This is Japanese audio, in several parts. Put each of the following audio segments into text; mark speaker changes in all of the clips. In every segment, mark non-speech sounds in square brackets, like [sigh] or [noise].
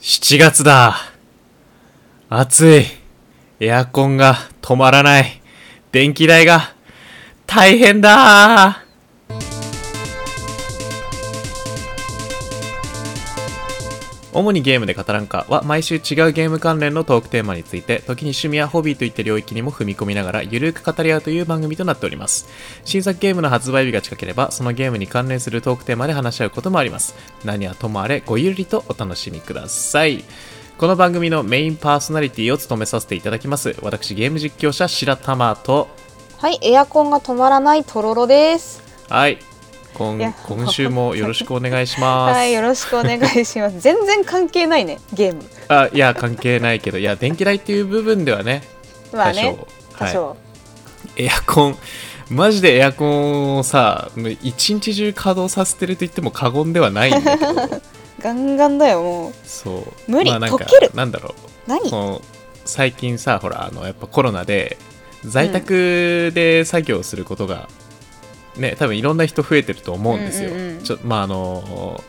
Speaker 1: 7月だ。暑い。エアコンが止まらない。電気代が大変だ。主にゲームで語らんかは毎週違うゲーム関連のトークテーマについて時に趣味やホビーといった領域にも踏み込みながらゆるく語り合うという番組となっております新作ゲームの発売日が近ければそのゲームに関連するトークテーマで話し合うこともあります何はともあれごゆるりとお楽しみくださいこの番組のメインパーソナリティを務めさせていただきます私ゲーム実況者白玉と
Speaker 2: はい、エアコンが止まらないとろろです。
Speaker 1: はい今
Speaker 2: いや
Speaker 1: 今週もよろしくお願いします
Speaker 2: [laughs] はい、よろしくお願いします。 [laughs] 全然関係ないね、ゲーム。
Speaker 1: あいや関係ないけどいや電気代っていう部分ではね
Speaker 2: まあね、
Speaker 1: 多
Speaker 2: 多
Speaker 1: 少、は
Speaker 2: 少。
Speaker 1: い、エアコンマジでエアコンをさもう一日中稼働させてると言っても過言ではないんだ
Speaker 2: [laughs]
Speaker 1: けど
Speaker 2: ガンガンだよ、もう。
Speaker 1: そう
Speaker 2: 無理
Speaker 1: まあ、なんか
Speaker 2: 溶ける
Speaker 1: なんだろう
Speaker 2: 何
Speaker 1: この最近さほらあのやっぱコロナで在宅で作業することが、ね多分いろんな人増えてると思うんですよ、
Speaker 2: うんうんうん
Speaker 1: ちょまああの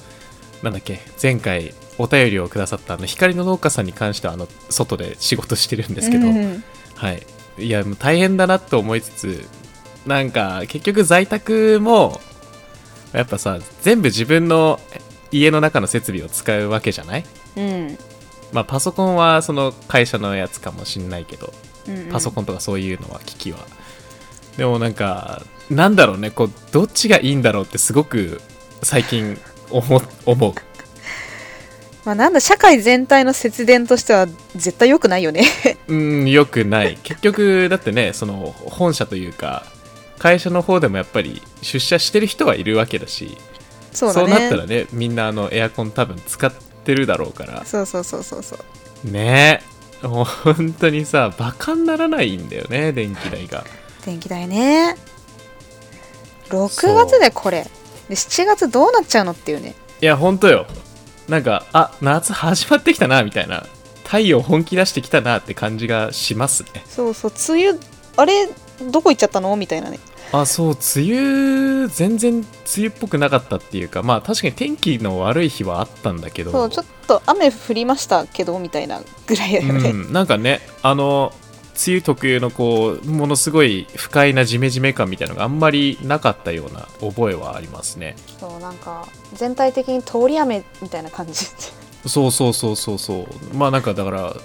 Speaker 1: なんだっけ前回お便りをくださったあの光の農家さんに関してはあの外で仕事してるんですけど、
Speaker 2: うんうん
Speaker 1: はい、いやもう大変だなと思いつつなんか結局在宅もやっぱさ全部自分の家の中の設備を使うわけじゃない、
Speaker 2: うん
Speaker 1: まあ、パソコンはその会社のやつかもしんないけど
Speaker 2: うん。
Speaker 1: パソコンとかそういうのは機器は、でもなんかなんだろうねこうどっちがいいんだろうってすごく最近思思う
Speaker 2: まあなんだ、社会全体の節電としては絶対良くないよね。 [laughs]
Speaker 1: うんよくない結局だってねその本社というか会社の方でもやっぱり出社してる人はいるわけだし
Speaker 2: そうだね。
Speaker 1: なったらねみんなあのエアコン多分使ってるだろうから
Speaker 2: そうそうそうそうそう。
Speaker 1: ねえもう本当にさバカにならないんだよね電気代が
Speaker 2: 電気代ね。
Speaker 1: そう
Speaker 2: 6月でこれ。で、7月どうなっちゃうのっていうね。
Speaker 1: いや本当よなんかあ夏始まってきたなみたいな太陽本気出してきたなって感じがしますね
Speaker 2: そうそう、梅雨、あれ、どこ行っちゃったのみたいなね。
Speaker 1: あそう梅雨全然梅雨っぽくなかったっていうかまあ確かに天気の悪い日はあったんだけど
Speaker 2: そうちょっと雨降りましたけどみたいなぐらいだよね、
Speaker 1: うん、なんかねあの梅雨特有のこうものすごい不快なジメジメ感みたいなのがあんまりなかったような覚えはありますね
Speaker 2: そうなんか全体的に通り雨みたいな感じ
Speaker 1: そうそうそうそうそうまあなんかだから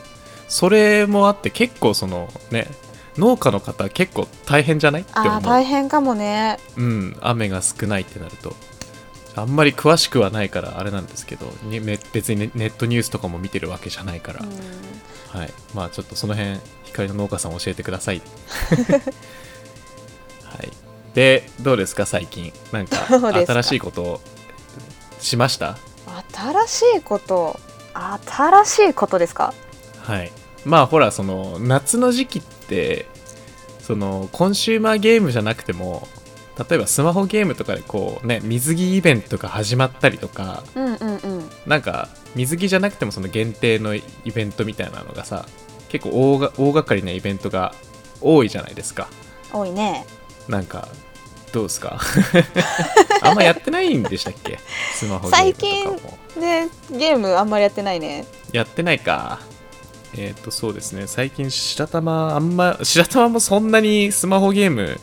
Speaker 1: それもあって結構そのね農家の方結構大変じゃないって
Speaker 2: あ
Speaker 1: 思
Speaker 2: あ
Speaker 1: う
Speaker 2: 大変かもね
Speaker 1: うん、雨が少ないってなるとあんまり詳しくはないからあれなんですけどにね別にねネットニュースとかも見てるわけじゃないから、
Speaker 2: う
Speaker 1: はい、まあちょっとその辺光の農家さん教えてくだ
Speaker 2: [laughs]
Speaker 1: さい。はい、でどうですか最近なんか
Speaker 2: どうですか
Speaker 1: 新しいことをしました
Speaker 2: ん新しいこと新しいことですか
Speaker 1: はいまあほらその夏の時期ってそのコンシューマーゲームじゃなくても例えばスマホゲームとかでこうね水着イベントが始まったりとか
Speaker 2: うんうんうん
Speaker 1: なんか水着じゃなくてもその限定のイベントみたいなのがさ結構大が大掛かりなイベントが多いじゃないですか
Speaker 2: 多いね
Speaker 1: なんかどうですか [laughs] あんまやってないんでしたっけスマホゲームとかも
Speaker 2: 最でゲームあんまりやってないね
Speaker 1: やってないかえっ、とそうですね最近白玉あんま白玉もそんなにスマホゲーム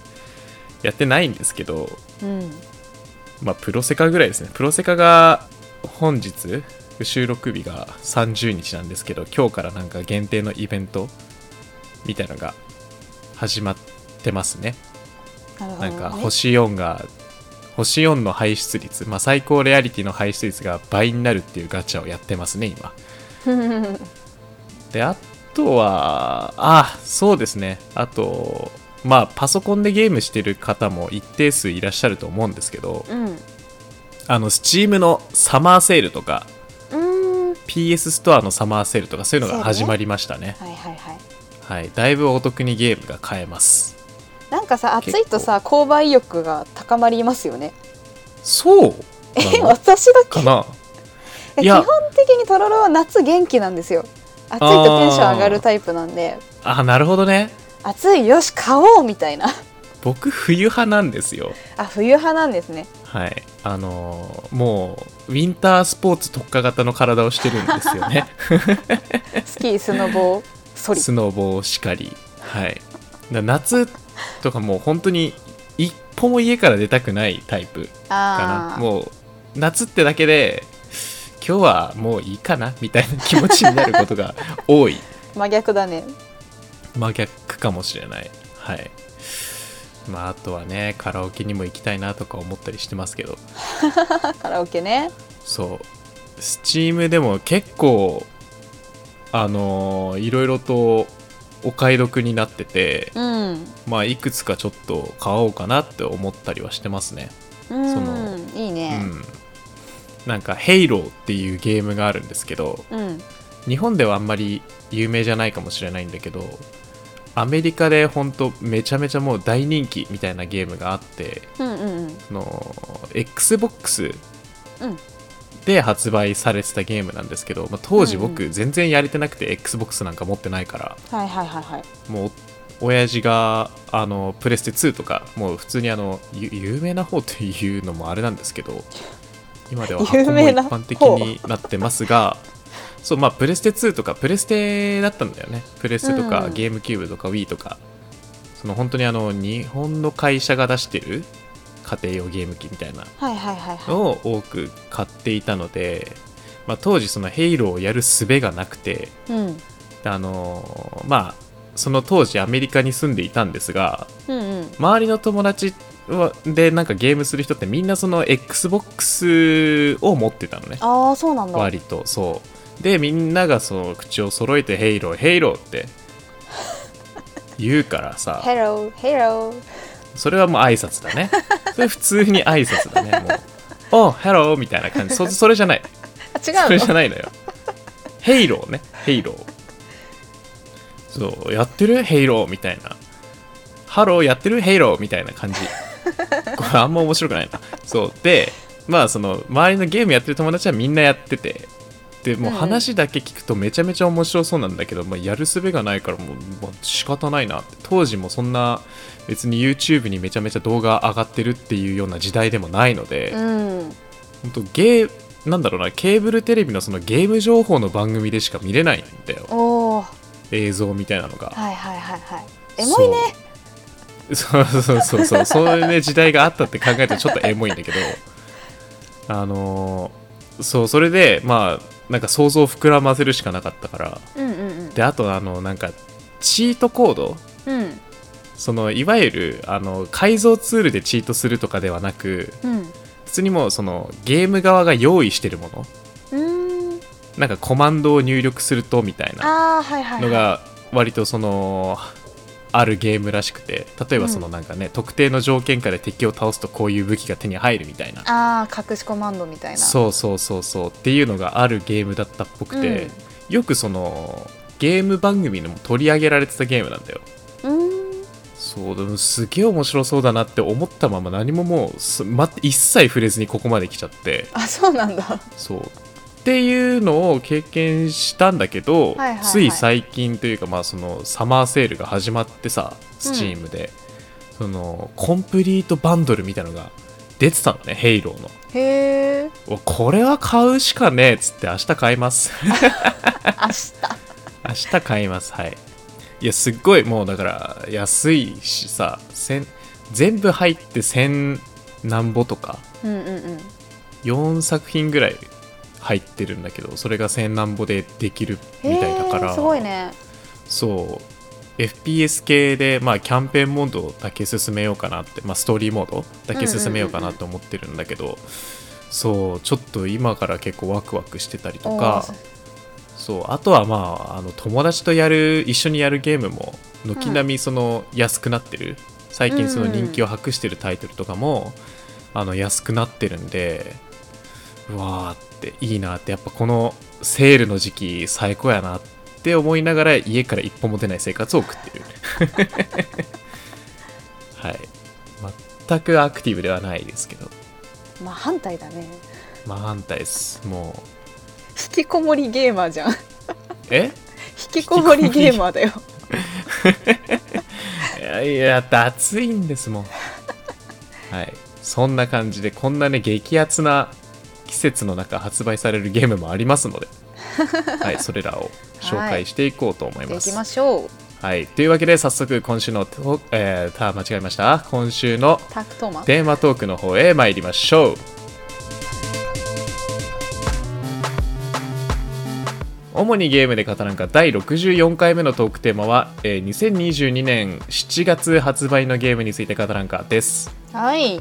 Speaker 1: やってないんですけど
Speaker 2: うん
Speaker 1: まあプロセカぐらいですねプロセカが本日収録日が30日なんですけど今日からなんか限定のイベントみたいなのが始まってますね
Speaker 2: なるほ
Speaker 1: な
Speaker 2: ど、ね、
Speaker 1: ん
Speaker 2: [laughs]
Speaker 1: か星4が星4の排出率、まあ、最高レアリティの排出率が倍になるっていうガチャをやってますね今であとはあそうですねあとまあパソコンでゲームしてる方も一定数いらっしゃると思うんですけど
Speaker 2: うん
Speaker 1: あの Steam のサマーセールとか
Speaker 2: うん
Speaker 1: PS ストアのサマーセールとかそういうのが始まりましたね
Speaker 2: はいはいはい
Speaker 1: はいだいぶお得にゲームが買えます
Speaker 2: なんかさ暑いとさ購買意欲が高まりますよね [laughs]
Speaker 1: そう
Speaker 2: え
Speaker 1: なの
Speaker 2: 私だけ
Speaker 1: かないい
Speaker 2: や
Speaker 1: や
Speaker 2: 基本的にとろろは夏元気なんですよ暑いとテンション上がるタイプなんで
Speaker 1: あなるほどね
Speaker 2: 暑いよし買おうみたいな
Speaker 1: 僕冬派なんですよ
Speaker 2: あ冬派なんですね
Speaker 1: はい。あのーもう、ウィンタースポーツ特化型の体をしてるんですよ [laughs] ね。
Speaker 2: スキー、スノボー、ソリ。
Speaker 1: スノボーしかり。はい。だ夏とかもう本当に一歩も家から出たくないタイプか
Speaker 2: あ
Speaker 1: な。
Speaker 2: あ。
Speaker 1: もう、夏ってだけで、今日はもういいかなみたいな気持ちになることが多い。
Speaker 2: 真逆だね。
Speaker 1: 真逆かもしれない。はい。まあ、あとはね、カラオケにも行きたいなとか思ったりしてますけど、
Speaker 2: カラオケね。
Speaker 1: そう。スチームでも結構、あのーいろいろとお買い得になってて、
Speaker 2: うん。うん。
Speaker 1: まあ、いくつかちょっと買おうかなって思ったりはしてますね。の
Speaker 2: いいうね。
Speaker 1: ん。なんか、ヘイローっていうゲームがあるんですけど、
Speaker 2: うん。
Speaker 1: 日本ではあんまり有名じゃないかもしれないんだけどアメリカで本当めちゃめちゃもう大人気みたいなゲームがあって
Speaker 2: うんうん
Speaker 1: その XBOX
Speaker 2: うん
Speaker 1: で発売されてたゲームなんですけど、まあ、当時
Speaker 2: う
Speaker 1: 僕全然やれてなくて XBOX なんか持ってないから
Speaker 2: はいはいはいはい。
Speaker 1: もう親父があのプレステ2とかもう普通にあのゆ有名な方というのもあれなんですけど今では箱
Speaker 2: [laughs] 有
Speaker 1: も一
Speaker 2: 名な
Speaker 1: 般的になってますがそうまあプレステ2とかプレステだったんだよねプレステとか、
Speaker 2: うん
Speaker 1: ゲームキューブとか Wii とかその本当にあの日本の会社が出してる家庭用ゲーム機みたいな
Speaker 2: はいはいはいはい。
Speaker 1: のを多く買っていたので、まあ、当時そのヘイローをやる術がなくて
Speaker 2: うん。
Speaker 1: あのーまあその当時アメリカに住んでいたんですが
Speaker 2: うんうん。
Speaker 1: 周りの友達はでなんかゲームする人ってみんなその XBOX を持ってたのね
Speaker 2: ああ、そうなんだ。
Speaker 1: 割とそうでみんながその口を揃えて「ヘイローヘイロー」って言うから
Speaker 2: [laughs]
Speaker 1: さ
Speaker 2: Hello, hello.
Speaker 1: それはもう挨拶だねそれ普通に挨拶だねもう [laughs] 「おうヘロー」みたいな感じそそれじゃない
Speaker 2: あ、
Speaker 1: [laughs]
Speaker 2: 違
Speaker 1: そうれ
Speaker 2: の
Speaker 1: じゃないのよ。ヘイローね。ヘイロー。そう、やってるヘイローみたいな。ハローやってるヘイローみたいな感じ。 [laughs] これあんま面白くないな。そう。で、まあその、周りのゲームやってる友達はみんなやってて。でもう
Speaker 2: うん
Speaker 1: 話だけ聞くとめちゃめちゃ面白そうなんだけど、まあ、やる術がないからもう、まあ仕方ないなって当時もそんな別に YouTube にめちゃめちゃ動画上がってるっていうような時代でもないので、
Speaker 2: うん。
Speaker 1: 本当ゲーなんだろうなケーブルテレビのそのゲーム情報の番組でしか見れないんだよ
Speaker 2: おお。
Speaker 1: 映像みたいなのが
Speaker 2: はいはいはいはい。エモいね。
Speaker 1: そうそうそうそう
Speaker 2: [laughs]
Speaker 1: そうそういうね時代があったって考えるとちょっとエモいんだけどあのーそうそれでまあなんか想像を膨らませるしかなかったから
Speaker 2: うんうん
Speaker 1: であとあのなんかチートコード
Speaker 2: うん。うん。
Speaker 1: そのいわゆるあの改造ツールでチートするとかではなく
Speaker 2: うん。
Speaker 1: 普通にもうそのゲーム側が用意してるもの
Speaker 2: うーん。
Speaker 1: なんかコマンドを入力するとみたいな
Speaker 2: ああ、はいはいはい。
Speaker 1: のが割とそのあるゲームらしくて例えばその
Speaker 2: う
Speaker 1: なんかね、特定の条件下で敵を倒すとこういう武器が手に入るみたいな
Speaker 2: ああ、隠しコマンドみたいな。
Speaker 1: そうそうそうそうっていうのがあるゲームだったっぽくて、よくそのゲーム番組でも取り上げられてたゲームなんだよ
Speaker 2: うーん。
Speaker 1: そうでもすげえ面白そうだなって思ったまま何ももうす、ま、一切触れずにここまで来ちゃって
Speaker 2: あ、そうなんだ。
Speaker 1: そうっていうのを経験したんだけど、
Speaker 2: はいはいはい
Speaker 1: つい最近というか、まあ、そのサマーセールが始まってさ Steam で、そのコンプリートバンドルみたいなのが出てたのね「ヘイローの
Speaker 2: へえ。
Speaker 1: おこれは買うしかねえっつって明日買います [laughs]
Speaker 2: 明
Speaker 1: 明日買いますはいいやすっごいもうだから安いしさ千全部入って1000なんぼとか
Speaker 2: 日。うんうんうん。
Speaker 1: 4作品ぐらい入ってるんだけどそれが千何歩でできるみたいだから
Speaker 2: へーすごいね。
Speaker 1: そう FPS 系で、まあ、キャンペーンモードだけ進めようかなって、まあ、ストーリーモードだけ進めようかなと思ってるんだけど、そうちょっと今から結構ワクワクしてたりとか
Speaker 2: おー
Speaker 1: そうあとはまああの友達とやる一緒にやるゲームも軒並みその安くなってる、最近その人気を博してるタイトルとかも、あの安くなってるんでうわーっていいなってやっぱこのセールの時期最高やなって思いながら家から一歩も出ない生活を送ってる [laughs] はい全くアクティブではないですけど
Speaker 2: まあ反対だね。
Speaker 1: 真反対ですもう
Speaker 2: 引きこもりゲーマーじゃん。 [laughs]
Speaker 1: え
Speaker 2: 引きこもりゲーマーだよ。
Speaker 1: いやいやだって暑いんですもんはいそんな感じでこんなね激アツな季節の中発売されるゲームもありますので、はい、それらを紹介していこうと思い
Speaker 2: やって
Speaker 1: ま
Speaker 2: い
Speaker 1: す
Speaker 2: き。ましょう
Speaker 1: はい、というわけで早速今週のと、えー、た間違えました今週の
Speaker 2: タクトーマ
Speaker 1: テーマトークの方へ参りましょう主にゲームで語らんか第64回目のトークテーマは、えー2022年7月発売のゲームについて語らんかです
Speaker 2: はい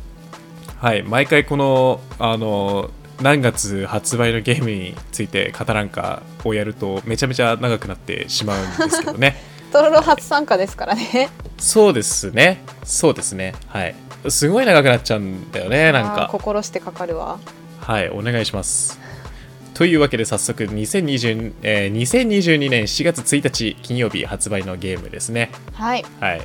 Speaker 1: はい毎回このあの何月発売のゲームについて語らんかをやるとめちゃめちゃ長くなってしまうんですけど [laughs] ね
Speaker 2: トロロ初参加ですからね
Speaker 1: そうですねそうですねはいすごい長くなっちゃうんだよねなん
Speaker 2: あー
Speaker 1: か
Speaker 2: 心してかかるわ
Speaker 1: はい、お願いします。というわけで早速2020、えー2022年7月1日金曜日発売のゲームですね。
Speaker 2: はい
Speaker 1: はい。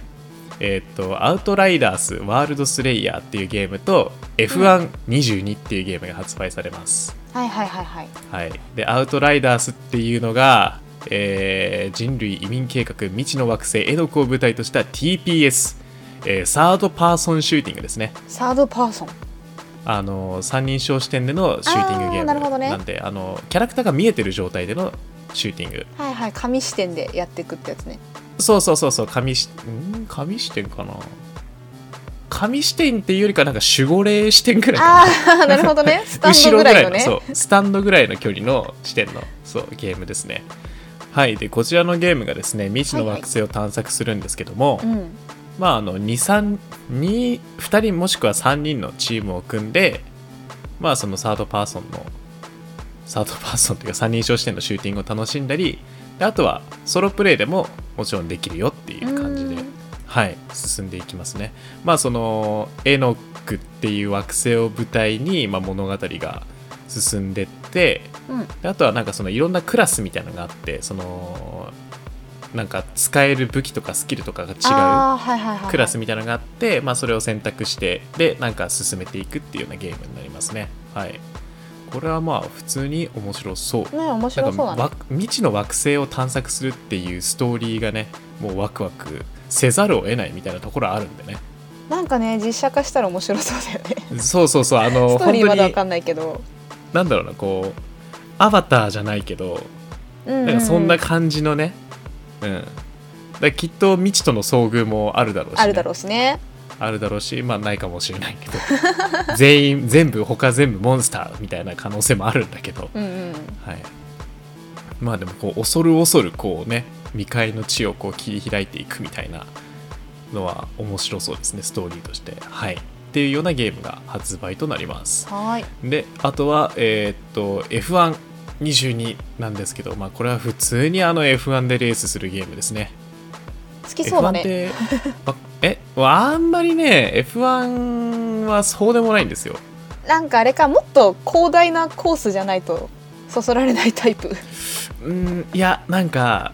Speaker 1: えーっと、アウトライダースワールドスレイヤーっていうゲームと F122 っていうゲームが発売されます。
Speaker 2: はいはいはいはい
Speaker 1: はい。で、アウトライダースっていうのが、えー人類移民計画未知の惑星エドクを舞台とした TPS、えーサードパーソンシューティングですね。
Speaker 2: サードパーソン
Speaker 1: あの三人称視点でのシューティングゲー
Speaker 2: あー
Speaker 1: ム
Speaker 2: なるほどね
Speaker 1: なんであのキャラクターが見えてる状態でのシューティング
Speaker 2: はいはい紙視点でやっていくってやつね
Speaker 1: そうそうそうそう紙しん紙視点かな紙視点っていうよりかなんか守護霊視点ぐらいかな
Speaker 2: ああなるほどねスタンドぐらいのね
Speaker 1: [laughs] 後ろぐらいのそうスタンドぐらいの距離の視点のそうゲームですねはいでこちらのゲームがですね未知の惑星を探索するんですけども、
Speaker 2: うん
Speaker 1: まあ、あの2三二2人もしくは3人のチームを組んで、まあ、そのサードパーソンのサードパーソンというか3人称視点のシューティングを楽しんだりであとはソロプレイでももちろんできるよっていう感じで
Speaker 2: うん、
Speaker 1: はい、進んでいきますね。まあ、そのエノックっていう惑星を舞台に、まあ、物語が進んでって
Speaker 2: うん
Speaker 1: であとはなんかそのいろんなクラスみたいなのがあってそのなんか使える武器とかスキルとかが違う。
Speaker 2: あーはいはいはいはい
Speaker 1: クラスみたいなのがあって、まあ、それを選択してでなんか進めていくっていうようなゲームになりますねはいこれはまあ普通に面白そう
Speaker 2: ね面
Speaker 1: な
Speaker 2: 白
Speaker 1: んか
Speaker 2: そうだね
Speaker 1: わ未知の惑星を探索するっていうストーリーがねもうワクワクせざるを得ないみたいなところあるんでね
Speaker 2: なんかね実写化したら面白そうだよね
Speaker 1: そうそうそうあの
Speaker 2: ス
Speaker 1: [laughs]
Speaker 2: トー
Speaker 1: 本
Speaker 2: リー
Speaker 1: 当
Speaker 2: まだわ
Speaker 1: に
Speaker 2: かんないけど
Speaker 1: なんだろうなこうアバターじゃないけど
Speaker 2: な
Speaker 1: なんかそんな感じのねうん、だからきっと未知との遭遇もあるだろうし、ね、
Speaker 2: あるだろうしね
Speaker 1: あるだろうしまあないかもしれないけど [laughs] 全員全部他全部モンスターみたいな可能性もあるんだけど、
Speaker 2: うんうん
Speaker 1: はい、まあでもこう恐る恐るこうね未開の地をこう切り開いていくみたいなのは面白そうですねストーリーとしてはいっていうようなゲームが発売となります
Speaker 2: はーい
Speaker 1: であとはえーっと F122 なんですけど、まあ、これは普通にあの F1 でレースするゲームですね
Speaker 2: 好きそうだ
Speaker 1: F1 っ
Speaker 2: ね
Speaker 1: てあえあんまりね F1 はそうでもないんですよ
Speaker 2: なんかあれかもっと広大なコースじゃないとそそられないタイプ
Speaker 1: うんいやなんか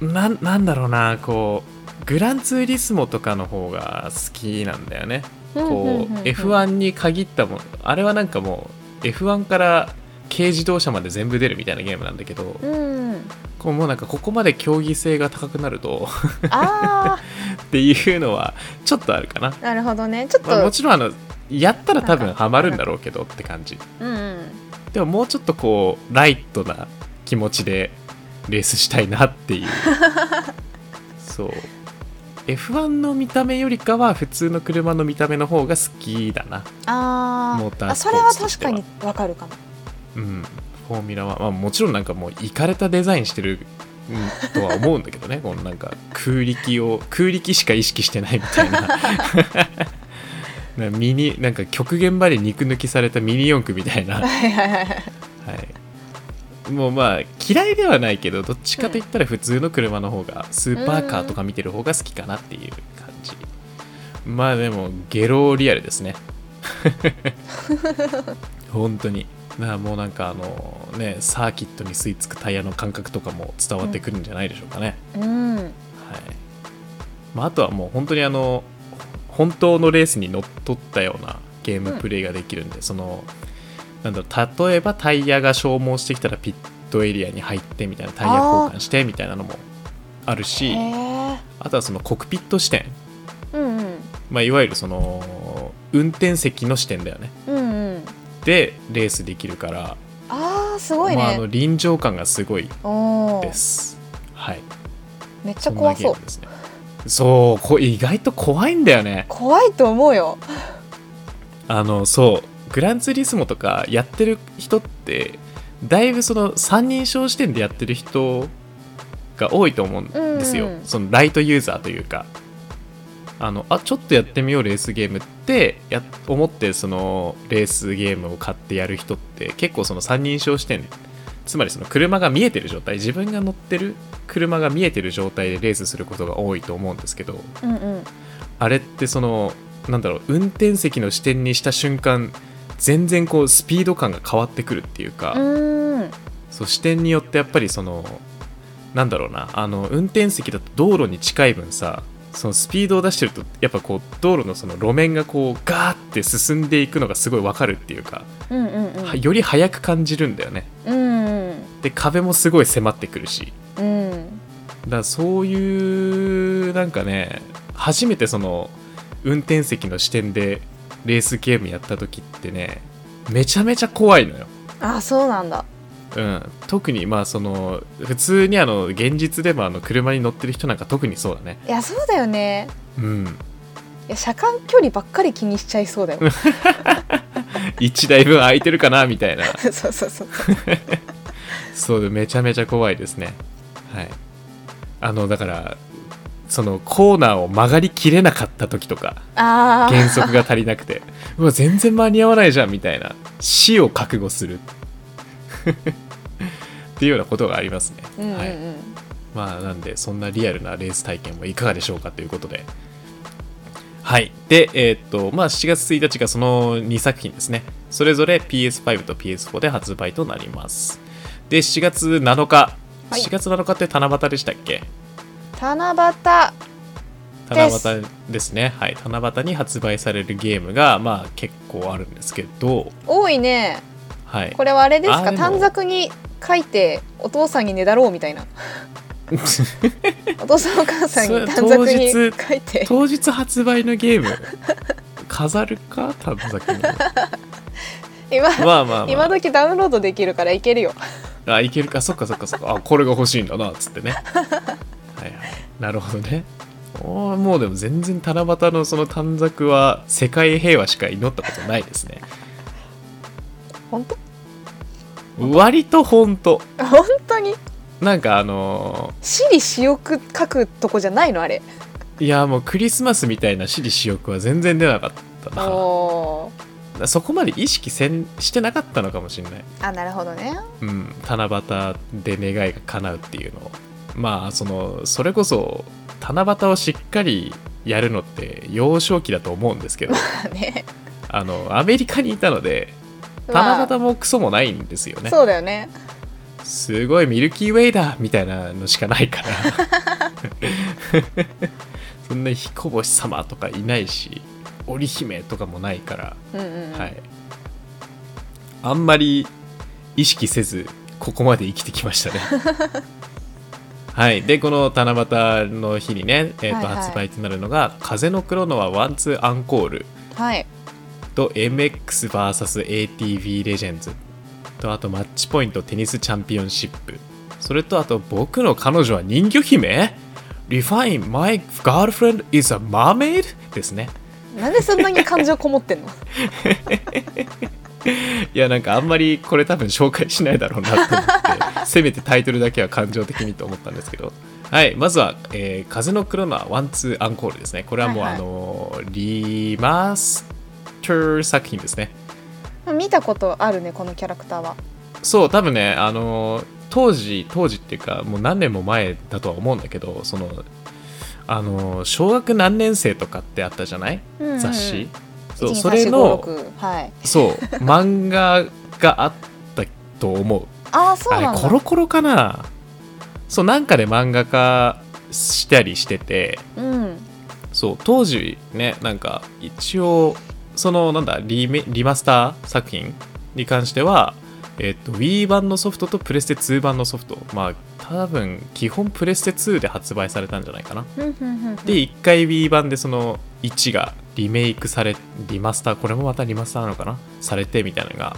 Speaker 1: なんなんだろうなこうグランツーリスモとかの方が好きなんだよねこう F1 に限ったもんあれはなんかもう F1 から軽自動車まで全部出るみたいなゲームなんだけど
Speaker 2: うん
Speaker 1: こうもうなんかここまで競技性が高くなると [laughs]
Speaker 2: あ
Speaker 1: っていうのはちょっとあるかな、 [laughs]
Speaker 2: あなるほどねちょっと、
Speaker 1: まあ、もちろんあのやったら多
Speaker 2: な
Speaker 1: 分
Speaker 2: んか
Speaker 1: ハマるんだろうけどって感じ
Speaker 2: うんうん
Speaker 1: でももうちょっとこうライトな気持ちでレースしたいなっていうそう F1 の見た目よりかは普通の車の見た目の方が好きだな
Speaker 2: あ
Speaker 1: モータ
Speaker 2: ー
Speaker 1: ー
Speaker 2: あ
Speaker 1: ス
Speaker 2: そ
Speaker 1: ポ
Speaker 2: れ
Speaker 1: ー
Speaker 2: は
Speaker 1: ツとし
Speaker 2: 確
Speaker 1: ては
Speaker 2: かにわかるかも
Speaker 1: うんフォーミュラは、まあ、もちろんなんかもういかれたデザインしてるうんとは思うんだけどねこのなんか空力を空力しか意識してないみたいななミニなんか極限まで肉抜きされたミニ四駆みたいな
Speaker 2: はいはいはいはい
Speaker 1: はい、もうまあ嫌いではないけどどっちかと言ったら普通の車の方がスーパーカーとか見てる方が好きかなっていう感じまあでもゲロリアルですね本当になあもうなんかあのねサーキットに吸い付くタイヤの感覚とかも伝わってくるんじゃないでしょうかね、
Speaker 2: うん
Speaker 1: はいまあ、あとはもう本当にあの本当のレースにのっとったようなゲームプレイができるんで、そのなんだろう例えばタイヤが消耗してきたらピットエリアに入ってみたいなタイヤ交換してみたいなのもある
Speaker 2: へ
Speaker 1: しあ
Speaker 2: え
Speaker 1: とはそのコクピット視点、
Speaker 2: うんうん
Speaker 1: まあ、いわゆるその運転席の視点だよね
Speaker 2: うんうん
Speaker 1: でレースできるから、
Speaker 2: あーすごいね、
Speaker 1: まあ、あの臨場感がすごい
Speaker 2: おー
Speaker 1: ですはい
Speaker 2: めっちゃ怖
Speaker 1: んな
Speaker 2: そ
Speaker 1: ゲ
Speaker 2: う
Speaker 1: ームですねそうこ意外と怖いんだよね
Speaker 2: 怖いと思うよ
Speaker 1: あのそうグランツーリスモとかやってる人ってだいぶその三人称視点でやってる人が多いと思うんですよ、
Speaker 2: うんうん
Speaker 1: そのライトユーザーというかあのあちょっとやってみようレースゲームってや思ってそのレースゲームを買ってやる人って結構その三人称視点つまりその車が見えてる状態自分が乗ってる車が見えてる状態でレースすることが多いと思うんですけど、
Speaker 2: うんうん
Speaker 1: あれってそのなんだろう運転席の視点にした瞬間全然こうスピード感が変わってくるっていうか、
Speaker 2: うーん
Speaker 1: そう視点によってやっぱりそのなんだろうなあの運転席だと道路に近い分さそのスピードを出してるとやっぱこう道路のその路面がこうガーって進んでいくのがすごいわかるっていうか、
Speaker 2: うんうんうん
Speaker 1: はより速く感じるんだよね
Speaker 2: うん
Speaker 1: で壁もすごい迫ってくるし
Speaker 2: うんうん
Speaker 1: だからそういうなんかね初めてその運転席の視点でレースゲームやった時ってねめちゃめちゃ怖いのよ、
Speaker 2: あそうなんだ
Speaker 1: うん、特にまあその普通にあの現実でもあの車に乗ってる人なんか特にそうだね
Speaker 2: いやそうだよね
Speaker 1: うん
Speaker 2: いや車間距離ばっかり気にしちゃいそうだよ
Speaker 1: 1台分空いてるかなみたいな
Speaker 2: [laughs] そうそうそうそう
Speaker 1: そうめちゃめちゃ怖いですねはいあのだからそのコーナーを曲がりきれなかった時とか [laughs]
Speaker 2: あ
Speaker 1: 減速が足りなく
Speaker 2: [laughs]
Speaker 1: てうわ全然間に合わないじゃんみたいな死を覚悟する [laughs] っていうようなことがありますね、
Speaker 2: あ、うんうんうん
Speaker 1: はい、まあなんでそんなリアルなレース体験はいかがでしょうかということではいでえーっとまあ7月1日がその2作品ですねそれぞれ PS5 と PS4 で発売となりますで7月7日、
Speaker 2: はい
Speaker 1: 7月7日って七夕でしたっけ
Speaker 2: 七夕
Speaker 1: 七
Speaker 2: です
Speaker 1: 夕ですねはい七夕に発売されるゲームがまあ結構あるんですけど
Speaker 2: 多いね
Speaker 1: はい
Speaker 2: これはあれです
Speaker 1: あで
Speaker 2: か
Speaker 1: も
Speaker 2: 短冊に書いてお父さんにねだろうみたいな
Speaker 1: [laughs]
Speaker 2: お父さんお母さん
Speaker 1: それ
Speaker 2: に短冊に
Speaker 1: 当日
Speaker 2: 書いて
Speaker 1: 当日発売のゲーム飾るか短冊に
Speaker 2: 今、
Speaker 1: まあまあ、ま
Speaker 2: 今時ダウンロードできるからいけるよ
Speaker 1: あ、あいけるかそっかそっかそっかあこれが欲しいんだなつってねはいはいなるほどねおーもうでも全然七夕のその短冊は世界平和しか祈ったことないですね
Speaker 2: 本当
Speaker 1: 割と本当
Speaker 2: 本当に
Speaker 1: なんかあの
Speaker 2: 私利私欲書くとこじゃないのあれ
Speaker 1: ーいやもうクリスマスみたいな私利私欲は全然出なかったな
Speaker 2: おー
Speaker 1: そこまで意識せんしてなかったのかもしれない、
Speaker 2: あなるほどね
Speaker 1: うん、七夕で願いが叶うっていうのをまあそのそれこそ七夕をしっかりやるのって幼少期だと思うんです
Speaker 2: [laughs]
Speaker 1: けど
Speaker 2: [laughs] ね
Speaker 1: あのアメリカにいたので
Speaker 2: まあ
Speaker 1: 七夕もクソもないんですよね、
Speaker 2: そうだよね
Speaker 1: すごいミルキーウェイだみたいなのしかないから
Speaker 2: [laughs]
Speaker 1: [laughs] そんな彦星様とかいないし織姫とかもないから
Speaker 2: うんうん、
Speaker 1: は、い、あんまり意識せずここまで生きてきましたね。
Speaker 2: [laughs]
Speaker 1: はい、でこの七夕の日にね、えーと
Speaker 2: はいはい
Speaker 1: 発売となるのが「風のクロノはワンツーアンコール
Speaker 2: はい、」
Speaker 1: と「MXVSATV レジェンズ」とあと「マッチポイントテニスチャンピオンシップ」それとあと「僕の彼女は人魚姫」「Refine my girlfriend is a mermaid」ですね。
Speaker 2: なんでそんなに感情こもってんの
Speaker 1: いやなんかあんまりこれ多分紹介しないだろうなと思ってせめてタイトルだけは感情的にと思ったんですけどはいまずは「えー風のクロノアワンツーアンコール」ですねこれはもう、
Speaker 2: はいはい
Speaker 1: あのーリマスター作品ですね
Speaker 2: [laughs] 見たことあるねこのキャラクターは
Speaker 1: そう多分ねあのー当時当時っていうかもう何年も前だとは思うんだけどそのあのー小学何年生とかってあったじゃない、
Speaker 2: うんうん
Speaker 1: 雑誌
Speaker 2: 1
Speaker 1: そ
Speaker 2: 2 3 4 5 6
Speaker 1: うそれの
Speaker 2: はい
Speaker 1: そう漫画があったと思う
Speaker 2: ああそう
Speaker 1: あれ
Speaker 2: なんだ
Speaker 1: コロコロかなそうなんかで漫画化したりしてて
Speaker 2: うん
Speaker 1: そう当時ねなんか一応そのなんだリメリマスター作品に関してはえっと Wii 版のソフトとプレステ2版のソフトまあ多分基本プレステ2で発売されたんじゃないかな
Speaker 2: うんうんうんうん
Speaker 1: で1回 Wii 版でその1がリメイクされリマスターこれもまたリマスターなのかなされてみたいなのが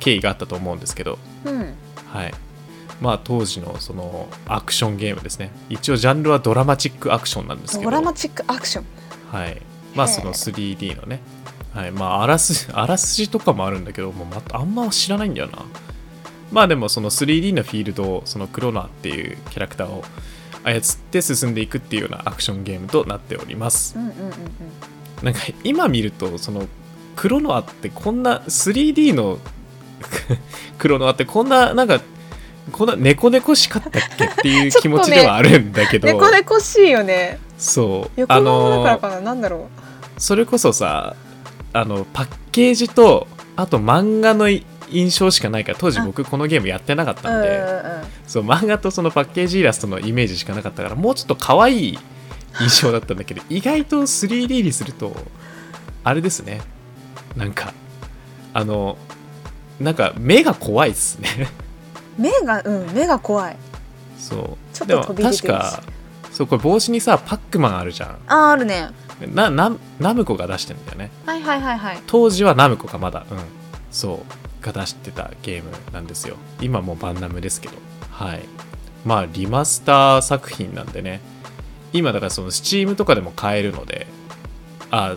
Speaker 1: 経緯があったと思うんですけど
Speaker 2: うん
Speaker 1: はいまあ当時のそのアクションゲームですね一応ジャンルはドラマチックアクションなんですけど
Speaker 2: ドラマチックアクション
Speaker 1: はい、まあ
Speaker 2: へえ
Speaker 1: その 3D のね、はいまあ、あらすあらすじとかもあるんだけどもうまあんま知らないんだよなまあでもその 3D のフィールドをそのクロナっていうキャラクターを操って進んでいくっていうようなアクションゲームとなっております
Speaker 2: うんうんうんうん
Speaker 1: なんか今見るとそのクロノアってこんな 3D の [laughs] クロノアってこんななんかこんな猫々しかったっけっていう
Speaker 2: ちょ
Speaker 1: 気
Speaker 2: っとね
Speaker 1: 持ちではあるんだけど、
Speaker 2: [laughs] 猫猫しいよね
Speaker 1: そう
Speaker 2: 横のだからかな、なんだろ
Speaker 1: それこそさあのパッケージとあと漫画のい印象しかないから当時僕このゲームやってなかっ
Speaker 2: ううん
Speaker 1: た
Speaker 2: うんんう
Speaker 1: で、
Speaker 2: ん
Speaker 1: そう漫画とそのパッケージイラストのイメージしかなかったからもうちょっと可愛い印象だったんだ
Speaker 2: [laughs]
Speaker 1: けど意外と 3D にするとあれですねなんかあのなんか目が怖いですね [laughs]
Speaker 2: 目がうん目が怖い
Speaker 1: そう
Speaker 2: ちょっと飛び出てるし
Speaker 1: でも確かそうこれ帽子にさパックマンあるじゃ
Speaker 2: あーあるね
Speaker 1: んななナムコが出してんだよね
Speaker 2: はいはいはいはい
Speaker 1: 当時はナムコかまだうんそうが出してたゲームなんですよ今もうバンナムですけどはいまあリマスター作品なんでね今だからその Steam とかでも買えるのであ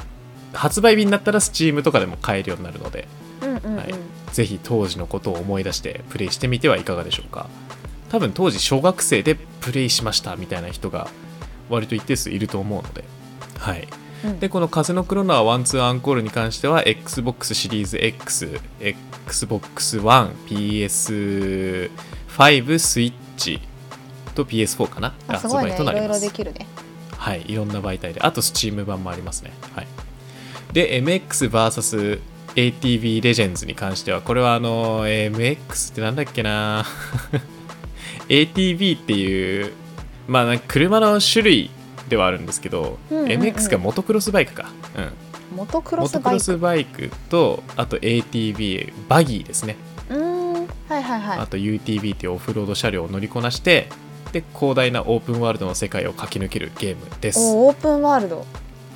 Speaker 1: 発売日になったら Steam とかでも買えるようになるので
Speaker 2: うんうんうん、
Speaker 1: はいぜひ当時のことを思い出してプレイしてみてはいかがでしょうか多分当時小学生でプレイしましたみたいな人が割と一定数いると思うのではい
Speaker 2: うん
Speaker 1: でこの「風のクロナーワンツーアンコール」に関しては XBOX シリーズ XXBOX1PS5 スイッチと PS4 かな
Speaker 2: あ
Speaker 1: が
Speaker 2: す
Speaker 1: 発
Speaker 2: ごいね
Speaker 1: 売
Speaker 2: い
Speaker 1: とな
Speaker 2: ろ
Speaker 1: り
Speaker 2: い
Speaker 1: ま
Speaker 2: ろ
Speaker 1: す
Speaker 2: できるね
Speaker 1: はいいろんな媒体であと Steam 版もありますねはいで MXVS ATV レジェンズに関してはこれはあの MX ってなんだっけな [laughs] ATV っていうまあなんか車の種類ではあるんですけど、
Speaker 2: うんうんうん
Speaker 1: MX がモトクロスバイクか、うん、
Speaker 2: モトクロ
Speaker 1: モ
Speaker 2: ス
Speaker 1: トク
Speaker 2: バイ
Speaker 1: ロ
Speaker 2: ク
Speaker 1: スバイクとあと ATV バギーですね、
Speaker 2: うーんはいはいはい
Speaker 1: あと UTV っていうオフロード車両を乗りこなしてで広大なオープンワールドの世界を駆け抜けるゲームです、
Speaker 2: おオープンワールド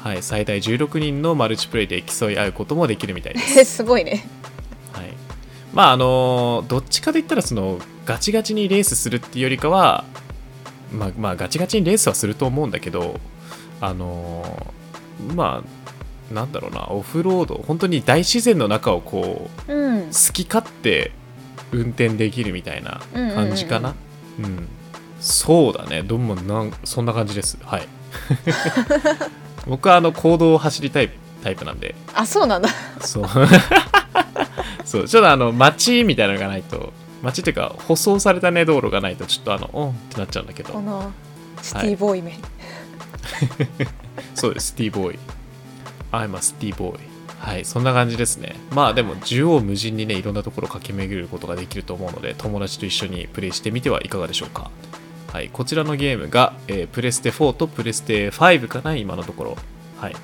Speaker 1: はい、最大16人のマルチプレイで競い合うこともできるみたいです、
Speaker 2: えすごいね
Speaker 1: はい、まああのーどっちかといったらそのガチガチにレースするっていうよりかはまあまあガチガチにレースはすると思うんだけどあのーまあなんだろうなオフロード本当に大自然の中をこう
Speaker 2: うん
Speaker 1: 好き勝手運転できるみたいな感じかなうんそうだねどうもなんそんな感じですはい僕はあの行動を走りたいタイプなんで
Speaker 2: あそ
Speaker 1: [laughs]
Speaker 2: うなんだ
Speaker 1: そうそうちょっとあの街みたいなのがないと街っていうか舗装されたね道路がないとちょっとあのオンってなっちゃうんだけ
Speaker 2: こ
Speaker 1: ど
Speaker 2: のシティボーイめ、
Speaker 1: [laughs] そうですスティーボーイ I'm a スティーボーイはいそんな感じですねまあでも縦横無尽にねいろんなところを駆け巡ることができると思うので友達と一緒にプレイしてみてはいかがでしょうかはい、こちらのゲームが、えープレステ4とプレステ5かな今のところ、はい、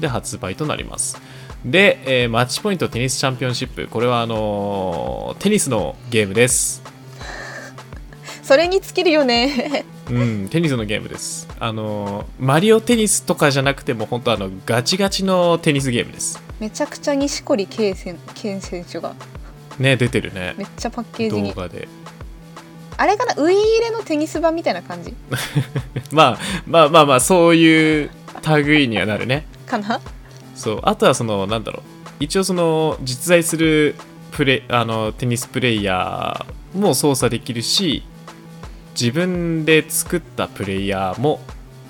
Speaker 1: で発売となりますで、えーマッチポイントテニスチャンピオンシップこれはあのーテニスのゲームです
Speaker 2: それに尽きるよね [laughs]
Speaker 1: うん、テニスのゲームです。あの、マリオテニスとかじゃなくても、本当あの、ガチガチのテニスゲームです。
Speaker 2: めちゃくちゃ錦織圭選健選手が
Speaker 1: ね、出てるね。
Speaker 2: めっちゃパッケージ
Speaker 1: 動
Speaker 2: に
Speaker 1: 画で。 [laughs]
Speaker 2: あれかなウイイレのテニス版みたいな感じ
Speaker 1: まあ、まあまあまあ、そういう類にはなるね。
Speaker 2: かな
Speaker 1: そう。あとは、その、なんだろう。一応、その、実在するプレ、あの、テニスプレイヤーも操作できるし、自分で作ったプレイヤーも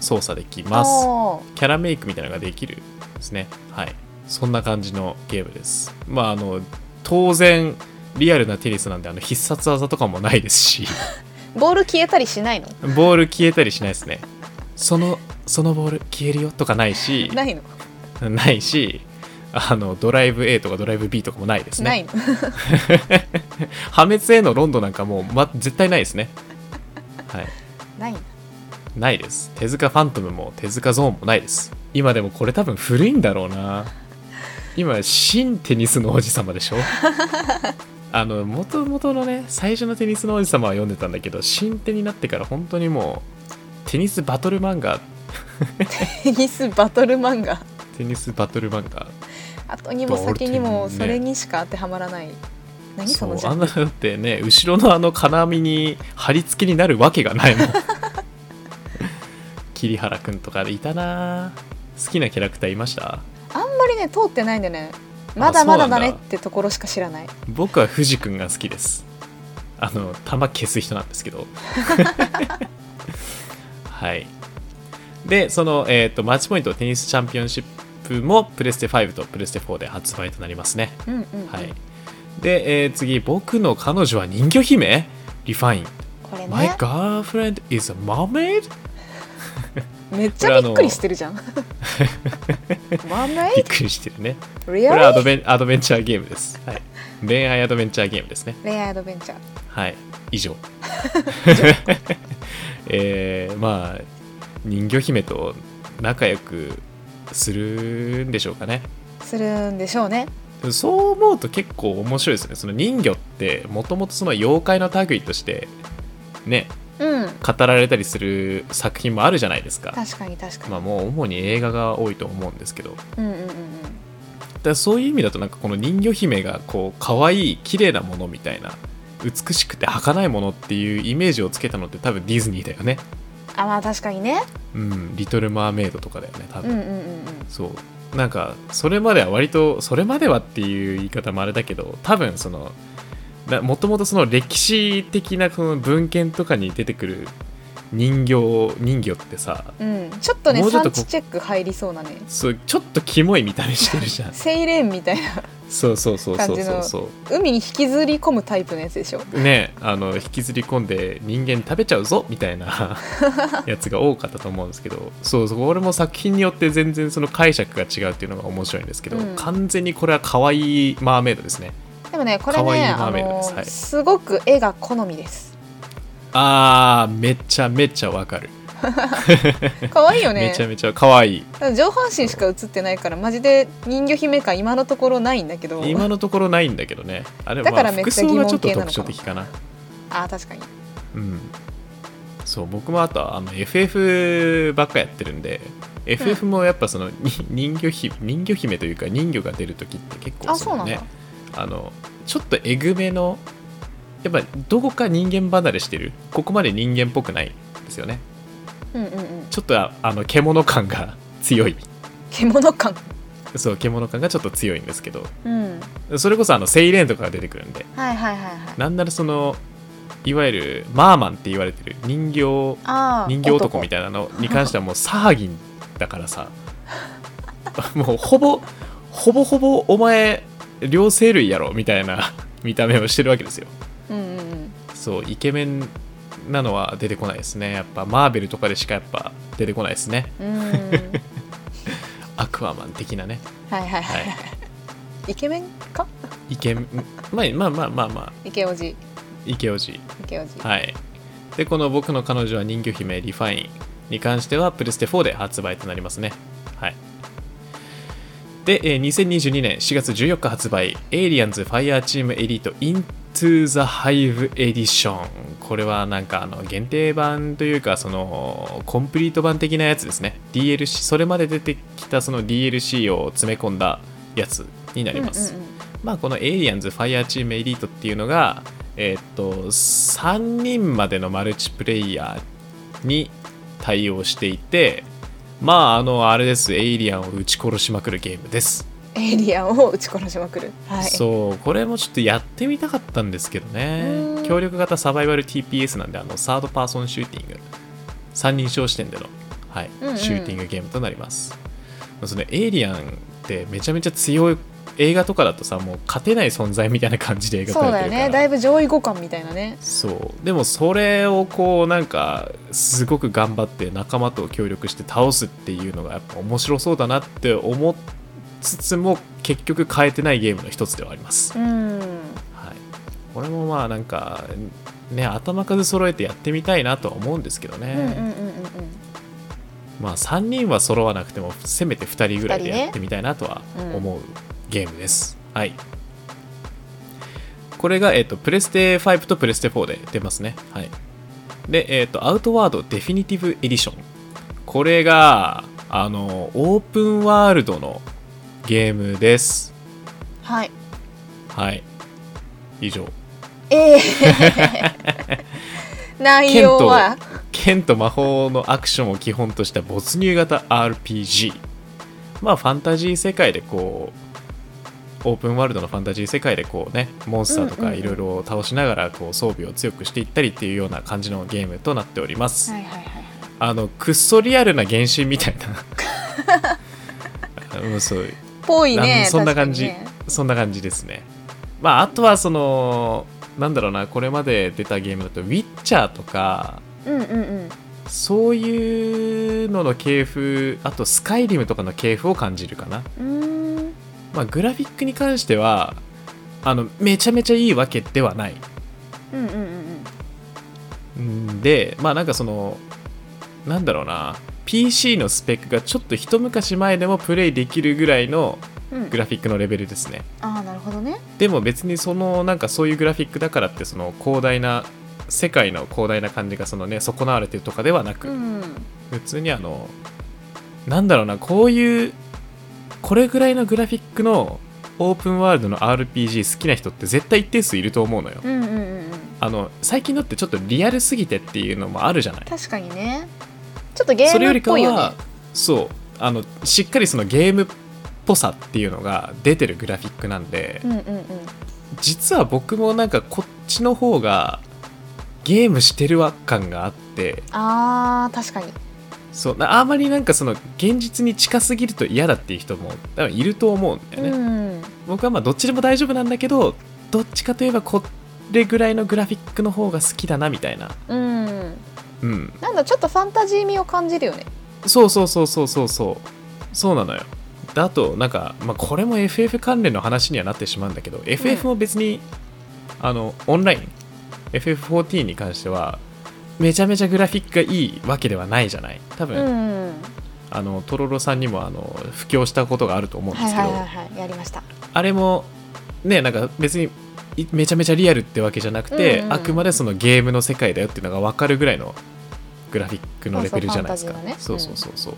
Speaker 1: 操作できます。
Speaker 2: おー
Speaker 1: キャラメイクみたいなのができるですね。はい。そんな感じのゲームです。まあ、あの、当然、リアルなテニスなんで、あの、必殺技とかもないです [laughs] し、
Speaker 2: ボール消えたりしないの
Speaker 1: ボール消えたりしないですね。その、そのボール消えるよとかないし、
Speaker 2: ないの、
Speaker 1: ないし、あの、ドライブ A とかドライブ B とかもないですね。
Speaker 2: ないの
Speaker 1: [laughs]
Speaker 2: [laughs]
Speaker 1: 破滅へのロンドなんかもう、ま、絶対ないですね。はい。
Speaker 2: ないの
Speaker 1: ないです。手塚ファントムも手塚ゾーンもないです。今でもこれ多分
Speaker 2: [laughs]
Speaker 1: 古いんだろうな。今、新テニスの王子様でしょあの元々のね最初のテニスの王子様は読んでたんだけど新手になってから本当にもうテニスバトル漫画
Speaker 2: テニスバトル漫画
Speaker 1: テニスバトル漫画
Speaker 2: 後にも先にもそれにしか当てはまらない、何そのジ
Speaker 1: うあ
Speaker 2: ャ
Speaker 1: ん
Speaker 2: ン
Speaker 1: な
Speaker 2: ル
Speaker 1: だってね後ろのあの金網に貼り付けになるわけがない
Speaker 2: [laughs]
Speaker 1: もん桐原くんとかいたな好きなキャラクターいました
Speaker 2: あんまりね通ってないんでねまだまだだね
Speaker 1: そう
Speaker 2: っ
Speaker 1: なんだ
Speaker 2: てところしか知らない
Speaker 1: 僕は藤君が好きですあの弾消す人なんですけどはいでその、えー、とマッチポイントテニスチャンピオンシップもプレステ5とプレステ4で発売となりますね
Speaker 2: うんうんうん、
Speaker 1: はいで、えー次僕の彼女は人魚姫リファイン
Speaker 2: これ
Speaker 1: My
Speaker 2: ね
Speaker 1: girlfriend is a mermaid?
Speaker 2: めっちゃびっくりしてるじゃん [laughs] マーメ
Speaker 1: び
Speaker 2: イ
Speaker 1: っくりしてるね
Speaker 2: ドリ
Speaker 1: これは
Speaker 2: ア
Speaker 1: アド
Speaker 2: ル
Speaker 1: ベンアドベンチャーゲームです、はい、恋愛アドベンチャーゲームですね
Speaker 2: 恋愛アドベンチャー
Speaker 1: はい以
Speaker 2: [laughs]
Speaker 1: 上えーまあ人魚姫と仲良くするんでしょうかね
Speaker 2: するんでしょうね
Speaker 1: そう思うと結構面白いですねその人魚ってもともとその妖怪の類としてね
Speaker 2: うん
Speaker 1: 語られたりする作品もあるじゃないですか
Speaker 2: 確かに確かに、
Speaker 1: まあもう主に映画が多いと思うんですけどだか
Speaker 2: うんうんうんうん
Speaker 1: らそういう意味だとなんかこの人魚姫がこう可愛い綺麗なものみたいな美しくて儚いものっていうイメージをつけたのって多分ディズニーだよね
Speaker 2: あまあ確かにね
Speaker 1: うん「リトル・マーメイド」とかだよね多
Speaker 2: うん
Speaker 1: 分、
Speaker 2: うんうんうん
Speaker 1: そうなんかそれまでは割とそれまではっていう言い方もあれだけど多分そのなもともとその歴史的なこの文献とかに出てくる人形人魚ってさ
Speaker 2: うん、ちょっとね
Speaker 1: もうちょっと
Speaker 2: 産
Speaker 1: こ
Speaker 2: 地チェック入りそうなね
Speaker 1: そうちょっとキモい見た目してる
Speaker 2: [laughs]
Speaker 1: じゃん
Speaker 2: セイレーンみたいな
Speaker 1: そうそうそうそ
Speaker 2: 感
Speaker 1: う
Speaker 2: じ
Speaker 1: そう
Speaker 2: の
Speaker 1: そ
Speaker 2: 海に引きずり込むタイプのやつでしょ
Speaker 1: うねあの引きずり込んで人間食べちゃうぞみたい
Speaker 2: [laughs]
Speaker 1: なやつが多かったと思うんですけどそうそう俺も作品によって全然その解釈が違うっていうのが面白いんですけど、
Speaker 2: うん
Speaker 1: 完全にこれは可愛いマーメイドですね
Speaker 2: でもねこれ
Speaker 1: 可愛い
Speaker 2: ね
Speaker 1: マー
Speaker 2: あ
Speaker 1: メイドです
Speaker 2: の
Speaker 1: はい
Speaker 2: すごく絵が好み
Speaker 1: [laughs]
Speaker 2: です
Speaker 1: あーめちゃめちゃわかる、
Speaker 2: 可愛いよね
Speaker 1: めちゃめちゃ可愛い
Speaker 2: 上半身しか映ってないからマジで人魚姫感今のところないんだけど
Speaker 1: 今のところないんだけどねあれ
Speaker 2: だから
Speaker 1: まあ
Speaker 2: めっ
Speaker 1: 服
Speaker 2: ちゃ疑
Speaker 1: 装が
Speaker 2: 問
Speaker 1: ちょっと
Speaker 2: 系なのかな
Speaker 1: 特徴的かな
Speaker 2: あー確かに
Speaker 1: うんそう僕もあとはあの FF ばっかやってるんで FF もやっぱその、に人魚姫人魚姫というか人魚が出る時って結構
Speaker 2: あ
Speaker 1: そのね
Speaker 2: そう
Speaker 1: あのちょっとえぐめのやっぱどこか人間離れしてるここまで人間っぽくないですよね
Speaker 2: うんうんうん
Speaker 1: ちょっとああの獣感が [laughs] 強い
Speaker 2: 獣感
Speaker 1: そう獣感がちょっと強いんですけど
Speaker 2: うん
Speaker 1: それこそあのセイレーンとかが出てくるんで
Speaker 2: はいはいはいはい
Speaker 1: なんならそのいわゆるマーマンって言われてる人形
Speaker 2: あ
Speaker 1: 人形男み
Speaker 2: た
Speaker 1: たいなのに関してはもうサーギンだからさ [laughs] もうほぼほぼほぼお前両生類やろみたいな [laughs] 見た目をしてるわけですよ
Speaker 2: いなうんうんうん
Speaker 1: そうイケメンなのは出てこないですねやっぱマーベルとかでしかやっぱ出てこないですね
Speaker 2: う
Speaker 1: [laughs]
Speaker 2: ーん
Speaker 1: アクアマン的なね
Speaker 2: はいはい
Speaker 1: は
Speaker 2: はいいイケメンか
Speaker 1: イケメンまあまあまあまあまあ
Speaker 2: イケオジ
Speaker 1: イケオジ
Speaker 2: イケオジ
Speaker 1: はい。で、この僕の彼女は人魚姫リファインに関しては、プレステ4で発売となりますね。はい。で、えー2022年4月14日発売、エイリアンズファイアーチームエリート Into the Hive Edition。これはなんかあの限定版というか、そのコンプリート版的なやつですね。DLC、それまで出てきたその DLC を詰め込んだやつになります。
Speaker 2: うんうんうん
Speaker 1: まあ、このエイリアンズファイアーチームエリートっていうのが、えーっと3人までのマルチプレイヤーに対応していてまああのあれですエイリアンを撃ち殺しまくるゲームです、
Speaker 2: エイリアンを撃ち殺しまくるはい
Speaker 1: そうこれもちょっとやってみたかったんですけど
Speaker 2: う
Speaker 1: ね
Speaker 2: ん
Speaker 1: 協力型サバイバル TPS なんであのサードパーソンシューティング3人称視点での、はい
Speaker 2: うんうん
Speaker 1: シューティングゲームとなりますそのエイリアンってめちゃめちゃ強い映画とかだとさもう勝てない存在みたいな感じで描
Speaker 2: そう
Speaker 1: かれ
Speaker 2: だ
Speaker 1: て
Speaker 2: よ
Speaker 1: るから
Speaker 2: ねだいぶ上位互換みたいなね
Speaker 1: そうでもそれをこうなんかすごく頑張って仲間と協力して倒すっていうのがやっぱ面白そうだなって思いつつも結局変えてないゲームの一つではあります、
Speaker 2: うん
Speaker 1: はい、これもまあなんかね頭数揃えてやってみたいなとは思うんですけどね、
Speaker 2: うんうんうんうんうん
Speaker 1: まあ3人は揃わなくてもせめて2人ぐらいで
Speaker 2: 二人ね
Speaker 1: やってみたいなとは思うゲームです、はいこれが、えっとプレステ5とプレステ4で出ますね。はい、で、えっとアウトワードデフィニティブエディション。これがあのオープンワールドのゲームです。
Speaker 2: はい
Speaker 1: はい。以上。[laughs]
Speaker 2: ええ内容は
Speaker 1: 剣と魔法のアクションを基本とした没入型 RPG まあファンタジー世界でこうオープンワールドのファンタジー世界でこうねモンスターと
Speaker 2: うんう
Speaker 1: か
Speaker 2: んうん
Speaker 1: いろいろ倒しながらこう装備を強くしていったりっていうような感じのゲームとなっております、
Speaker 2: はいはいはい
Speaker 1: あのくっそリアルな原神みたいな [laughs] うんそう
Speaker 2: ぽい
Speaker 1: あ
Speaker 2: ね
Speaker 1: のそんな感じ、
Speaker 2: 確かにね
Speaker 1: そんな感じですねまああとはそのなんだろうなこれまで出たゲームだと「ウィッチャー」とか
Speaker 2: うんうんうん
Speaker 1: そういうのの系譜あとスカイリムとかの系譜を感じるかな、
Speaker 2: うーん
Speaker 1: まあ、グラフィックに関してはあのめちゃめちゃいいわけではない
Speaker 2: うんうんうん
Speaker 1: んでまあなんかそのなんだろうな PC のスペックがちょっと一昔前でもプレイできるぐらいの
Speaker 2: うんうん
Speaker 1: グラフィックのレベルですね
Speaker 2: ああなるほどね
Speaker 1: でも別にそのなんかそういうグラフィックだからってその広大な世界の広大な感じがそのね損なわれてるとかではなく、
Speaker 2: うん
Speaker 1: 普通にあのなんだろうなこういうこれぐらいのグラフィックのオープンワールドの RPG 好きな人って絶対一定数いると思うのよ、
Speaker 2: うんうんうんうん
Speaker 1: あの最近のってちょっとリアルすぎてっていうのもあるじゃない
Speaker 2: 確かにねちょっとゲ
Speaker 1: それよ
Speaker 2: ーム
Speaker 1: り
Speaker 2: っ
Speaker 1: か
Speaker 2: ぽいよ
Speaker 1: は
Speaker 2: ね
Speaker 1: そうあのしっかりそのゲームっぽさっていうのが出てるグラフィックなんで、
Speaker 2: うんうんうん
Speaker 1: 実は僕もなんかこっちの方がゲームしてるわ感があって
Speaker 2: あー確かに
Speaker 1: そうなあまりなんかその現実に近すぎると嫌だっていう人も多分いると思うんだよね、
Speaker 2: うん
Speaker 1: 僕はまあどっちでも大丈夫なんだけどどっちかといえばこれぐらいのグラフィックの方が好きだなみたいな
Speaker 2: うん
Speaker 1: うん
Speaker 2: なんだちょっとファンタジー味を感じるよね
Speaker 1: そうそうそうそうそうそうそうなのよであとなんか、まあ、これも FF 関連の話にはなってしまうんだけど、FF も別にあのオンライン FF14 に関してはめちゃめちゃグラフィックがいいわけではないじゃない多
Speaker 2: う
Speaker 1: 分、
Speaker 2: ん
Speaker 1: あのトロロさんにもあの布教したことがあると思うんで
Speaker 2: はい
Speaker 1: すけど、
Speaker 2: はいはいはいやりました
Speaker 1: あれもねなんか別にいめちゃめちゃリアルってわけじゃなくて、
Speaker 2: うんうん
Speaker 1: あくまでそのゲームの世界だよっていうのが分かるぐらいのグラフィックのレベルじゃないですか
Speaker 2: そうそうファンタジーのね
Speaker 1: そうそうそうそう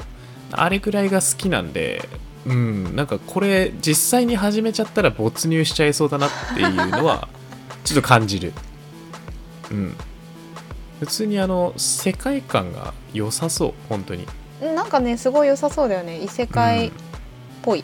Speaker 1: あれぐらいが好きなんでうんなんかこれ実際に始めちゃったら没入しちゃいそうだなっていうの
Speaker 2: [laughs]
Speaker 1: はちょっと感じるうん普通にあの世界観が良さそう本当に
Speaker 2: うんなんかねすごい良さそうだよね異世界っぽい、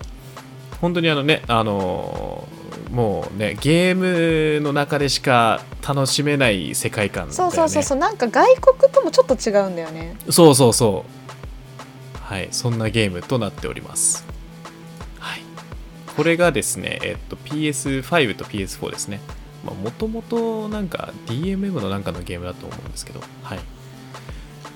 Speaker 1: 本当にあのねあのーもうねゲームの中でしか楽しめない世界観だよ
Speaker 2: そう
Speaker 1: ね
Speaker 2: そうそうそうなんか外国ともちょっと違うんだよね
Speaker 1: そうそうそうはいそんなゲームとなっておりますはいこれがですねえっと PS5 と PS4 ですねもともとなんか DMM のなんかのゲームだと思うんですけどはい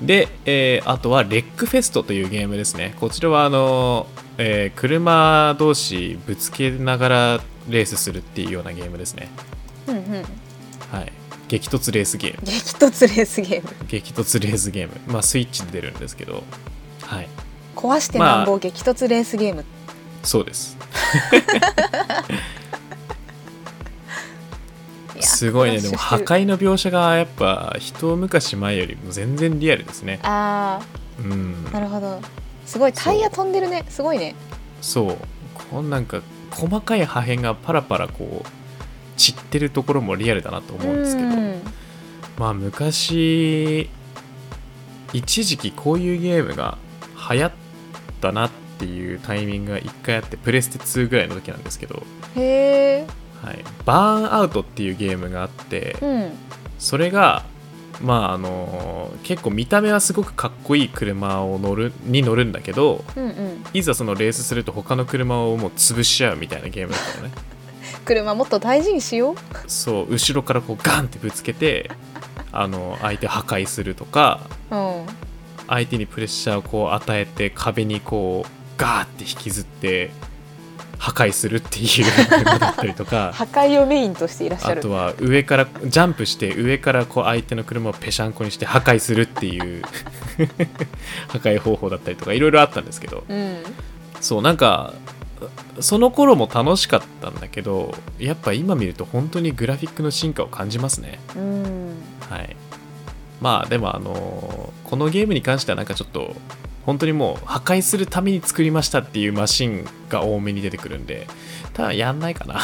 Speaker 1: で、えーあとはレックフェストというゲームですねこちらはあのーえー車同士ぶつけながらレースするっていうようなゲームですね
Speaker 2: うんうん
Speaker 1: はい激突レースゲーム
Speaker 2: 激突レースゲーム
Speaker 1: 激突レースゲームまあスイッチで出るんですけどはい
Speaker 2: 壊してなんぼ激突レースゲーム、
Speaker 1: そうです
Speaker 2: や
Speaker 1: すごいね
Speaker 2: ク
Speaker 1: で
Speaker 2: ラ
Speaker 1: も
Speaker 2: ッシ
Speaker 1: 破
Speaker 2: ュして
Speaker 1: 壊
Speaker 2: る
Speaker 1: の描写がやっぱ一昔前よりも全然リアルですね
Speaker 2: あ
Speaker 1: うん
Speaker 2: あなるほどすごいタイヤ飛んでるねすごいね
Speaker 1: そうこんなんか細かい破片がパラパラこう散ってるところもリアルだなと思うんですけど
Speaker 2: うん
Speaker 1: まあ昔一時期こういうゲームが流行ったなっていうタイミングが一回あってプレステ2ぐらいの時なんですけど、
Speaker 2: へえ
Speaker 1: はい、バーンアウトっていうゲームがあって
Speaker 2: うん
Speaker 1: それがまああの結構見た目はすごくかっこいい車を乗るに乗るんだけど
Speaker 2: うんうん
Speaker 1: いざそのレースすると他の車をもう潰し合うみたいなゲームだったのね
Speaker 2: 車もっと大事にしよう
Speaker 1: そう後ろからこうガンってぶつけてあの相手破壊するとか
Speaker 2: うん
Speaker 1: 相手にプレッシャーをこう与えて壁にこうガーって引きずって破壊するっていうゲームだったりとか
Speaker 2: 破壊をメインとしていらっしゃ
Speaker 1: あ
Speaker 2: る
Speaker 1: とは上からジャンプして上からこう相手の車をぺしゃんこにして破壊するっていう [laughs] 破壊方法だったりとかいろいろあったんですけど
Speaker 2: うん
Speaker 1: そうなんかその頃も楽しかったんだけどやっぱ今見ると本当にグラフィックの進化を感じますね
Speaker 2: うん
Speaker 1: はいまあでもあのこのゲームに関してはなんかちょっと本当にもう破壊するために作りましたっていうマシンが多めに出てくるんでただやんないかな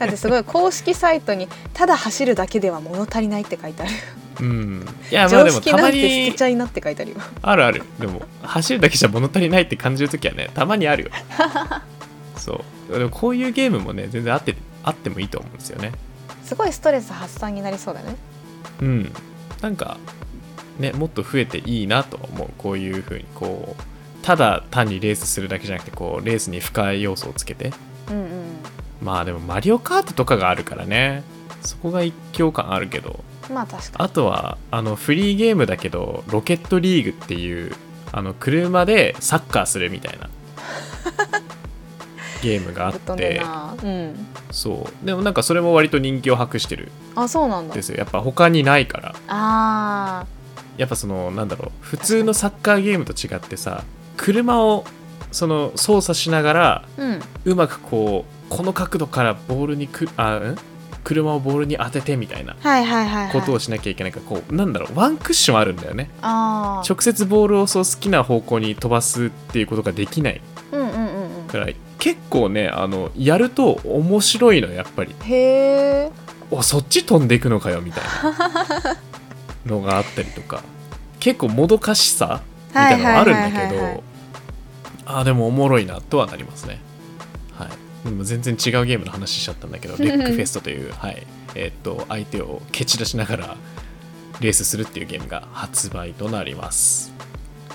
Speaker 2: だってすごい公式サイトに「ただ走るだけでは物足りない」って書いてある
Speaker 1: うんいやまあ
Speaker 2: 常
Speaker 1: でも
Speaker 2: 識
Speaker 1: た
Speaker 2: な
Speaker 1: ま
Speaker 2: んて捨
Speaker 1: に
Speaker 2: てちゃいなって書いてあるよ
Speaker 1: あるあるでも走るだけじゃ物足りないって感じる時はねたまにあるよそうでもこういうゲームもね全然あってあってもいいと思うんですよね
Speaker 2: すごいストレス発散になりそうだね
Speaker 1: うんなんかねもっと増えていいなとは思うこういうふうにこうただ単にレースするだけじゃなくてこうレースに不快要素をつけて
Speaker 2: うんうん
Speaker 1: まあでもマリオカートとかがあるからねそこが一強感あるけど
Speaker 2: まあ確か
Speaker 1: あとはあのフリーゲームだけどロケットリーグっていうあの車でサッカーするみたいなゲームがあ
Speaker 2: にぶっ飛
Speaker 1: っ
Speaker 2: んでる
Speaker 1: て
Speaker 2: なうん
Speaker 1: そうでもなんかそれも割と人気を博してる
Speaker 2: あそうなん
Speaker 1: ん
Speaker 2: だ
Speaker 1: ですよやっぱ他にないから
Speaker 2: あ
Speaker 1: やっぱそのなんだろう普通のサッカーゲームと違ってさ車をその操作しながら
Speaker 2: ーうん
Speaker 1: うまくこうこの角度からボールにくあん車をボールに当ててみたいな
Speaker 2: はいはいはい、はい、
Speaker 1: ことをしなきゃいけないからこうなんだろうワンクッションあるんだよね
Speaker 2: ああ
Speaker 1: 直接ボールをそう好きな方向に飛ばすっていうことができない
Speaker 2: うんうんうんうん
Speaker 1: から結構ねあのやると面白いのやっぱり
Speaker 2: へえ
Speaker 1: おそっち飛んでいくのかよみたいなのがあったりとか結構もどかしさみたいなのがあるんだけ
Speaker 2: はいはいはいはいは
Speaker 1: ど
Speaker 2: い
Speaker 1: あーでもおもろいなとはなりますねはいでも全然違うゲームの話しちゃったんだけどレックフェストという、はいえーっと相手を蹴散らしながらレースするっていうゲームが発売となります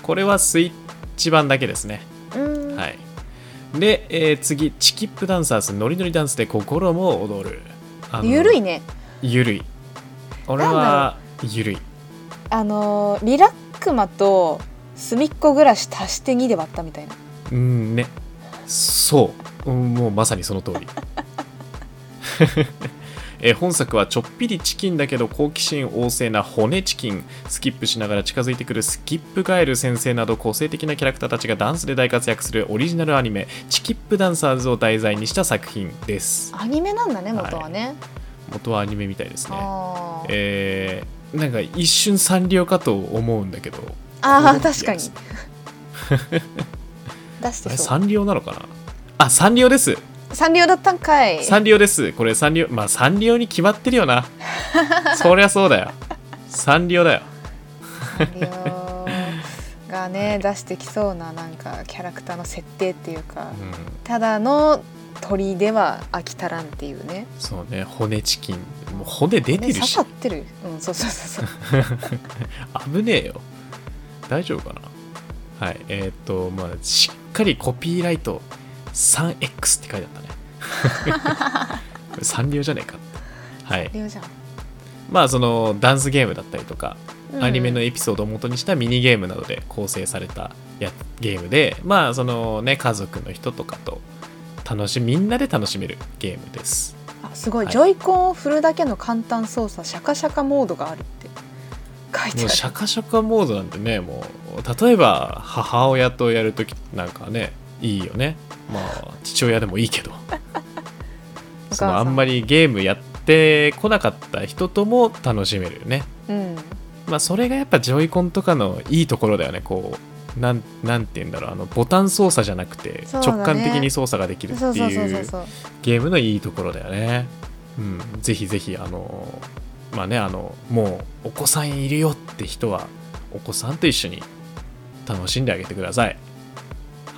Speaker 1: これはスイッチ版だけですね
Speaker 2: うん
Speaker 1: はいで、えー次チキップダンサーズノリノリダンスで心も踊るあの
Speaker 2: ゆるいね
Speaker 1: ゆるい俺はゆるい
Speaker 2: あのーリラックマと隅っこ暮らし足して2で割ったみたいな
Speaker 1: うんねそううんもうまさにその通り [laughs] えー本作はちょっぴりチキンだけど好奇心旺盛な骨チキンスキップしながら近づいてくるスキップガエル先生など個性的なキャラクターたちがダンスで大活躍するオリジナルアニメ「チキップダンサーズ」を題材にした作品です
Speaker 2: アニメなんだね元はね、
Speaker 1: 元はアニメみたいですね
Speaker 2: あー
Speaker 1: えーなんか一瞬サンリオかと思うんだけど
Speaker 2: あー
Speaker 1: コロンビア
Speaker 2: 確かに
Speaker 1: です [laughs]
Speaker 2: 出して
Speaker 1: あれ
Speaker 2: そ
Speaker 1: サ
Speaker 2: う
Speaker 1: ンリオなのかなあサンリオです
Speaker 2: サンリオだったんかい
Speaker 1: サンリオですこれサンリオまあサンリオに決まってるよ
Speaker 2: [laughs]
Speaker 1: なそりゃそうだよサンリオだよ
Speaker 2: サンリオがね、出してきそうななんかキャラクターの設定っていうか、
Speaker 1: うん
Speaker 2: ただの鳥では飽き足らんっていうね
Speaker 1: そうね骨チキンもう骨出て
Speaker 2: ね
Speaker 1: る
Speaker 2: 刺
Speaker 1: し
Speaker 2: さってるうんそうそうそう
Speaker 1: [laughs]
Speaker 2: そう
Speaker 1: 危ねえよ大丈夫かなはいえーっとまあしっかりコピーライト 3X って書いてあったね
Speaker 2: [laughs]
Speaker 1: これサンリオじゃねえかってはい
Speaker 2: サンリオじゃん
Speaker 1: まあそのダンスゲームだったりとか、
Speaker 2: うん
Speaker 1: アニメのエピソードを元にしたミニゲームなどで構成されたやゲームでまあそのね家族の人とかと楽しみんなで楽しめるゲームです
Speaker 2: あすごい、
Speaker 1: はい
Speaker 2: ジョイコンを振るだけの簡単操作シャカシャカモードがあるって書いて
Speaker 1: も
Speaker 2: あ
Speaker 1: う
Speaker 2: る
Speaker 1: シャカシャカモードなんてねもう例えば母親とやるときなんかねいいよねまあ父親でもいいけ
Speaker 2: [laughs]
Speaker 1: ど
Speaker 2: お母
Speaker 1: そ
Speaker 2: さん
Speaker 1: のあんまりゲームやってこなかった人とも楽しめるよね
Speaker 2: うん
Speaker 1: まあそれがやっぱジョイコンとかのいいところだよねこうなんなんて言うんだろうあのボタン操作じゃなくて
Speaker 2: そうだね
Speaker 1: 直感的に操作ができるって
Speaker 2: そうそうそう
Speaker 1: い
Speaker 2: そう
Speaker 1: う
Speaker 2: そう
Speaker 1: ゲームのいいところだよね。うん、ぜひぜひあのまあねあのもうお子さんいるよって人はお子さんと一緒に楽しんであげてください。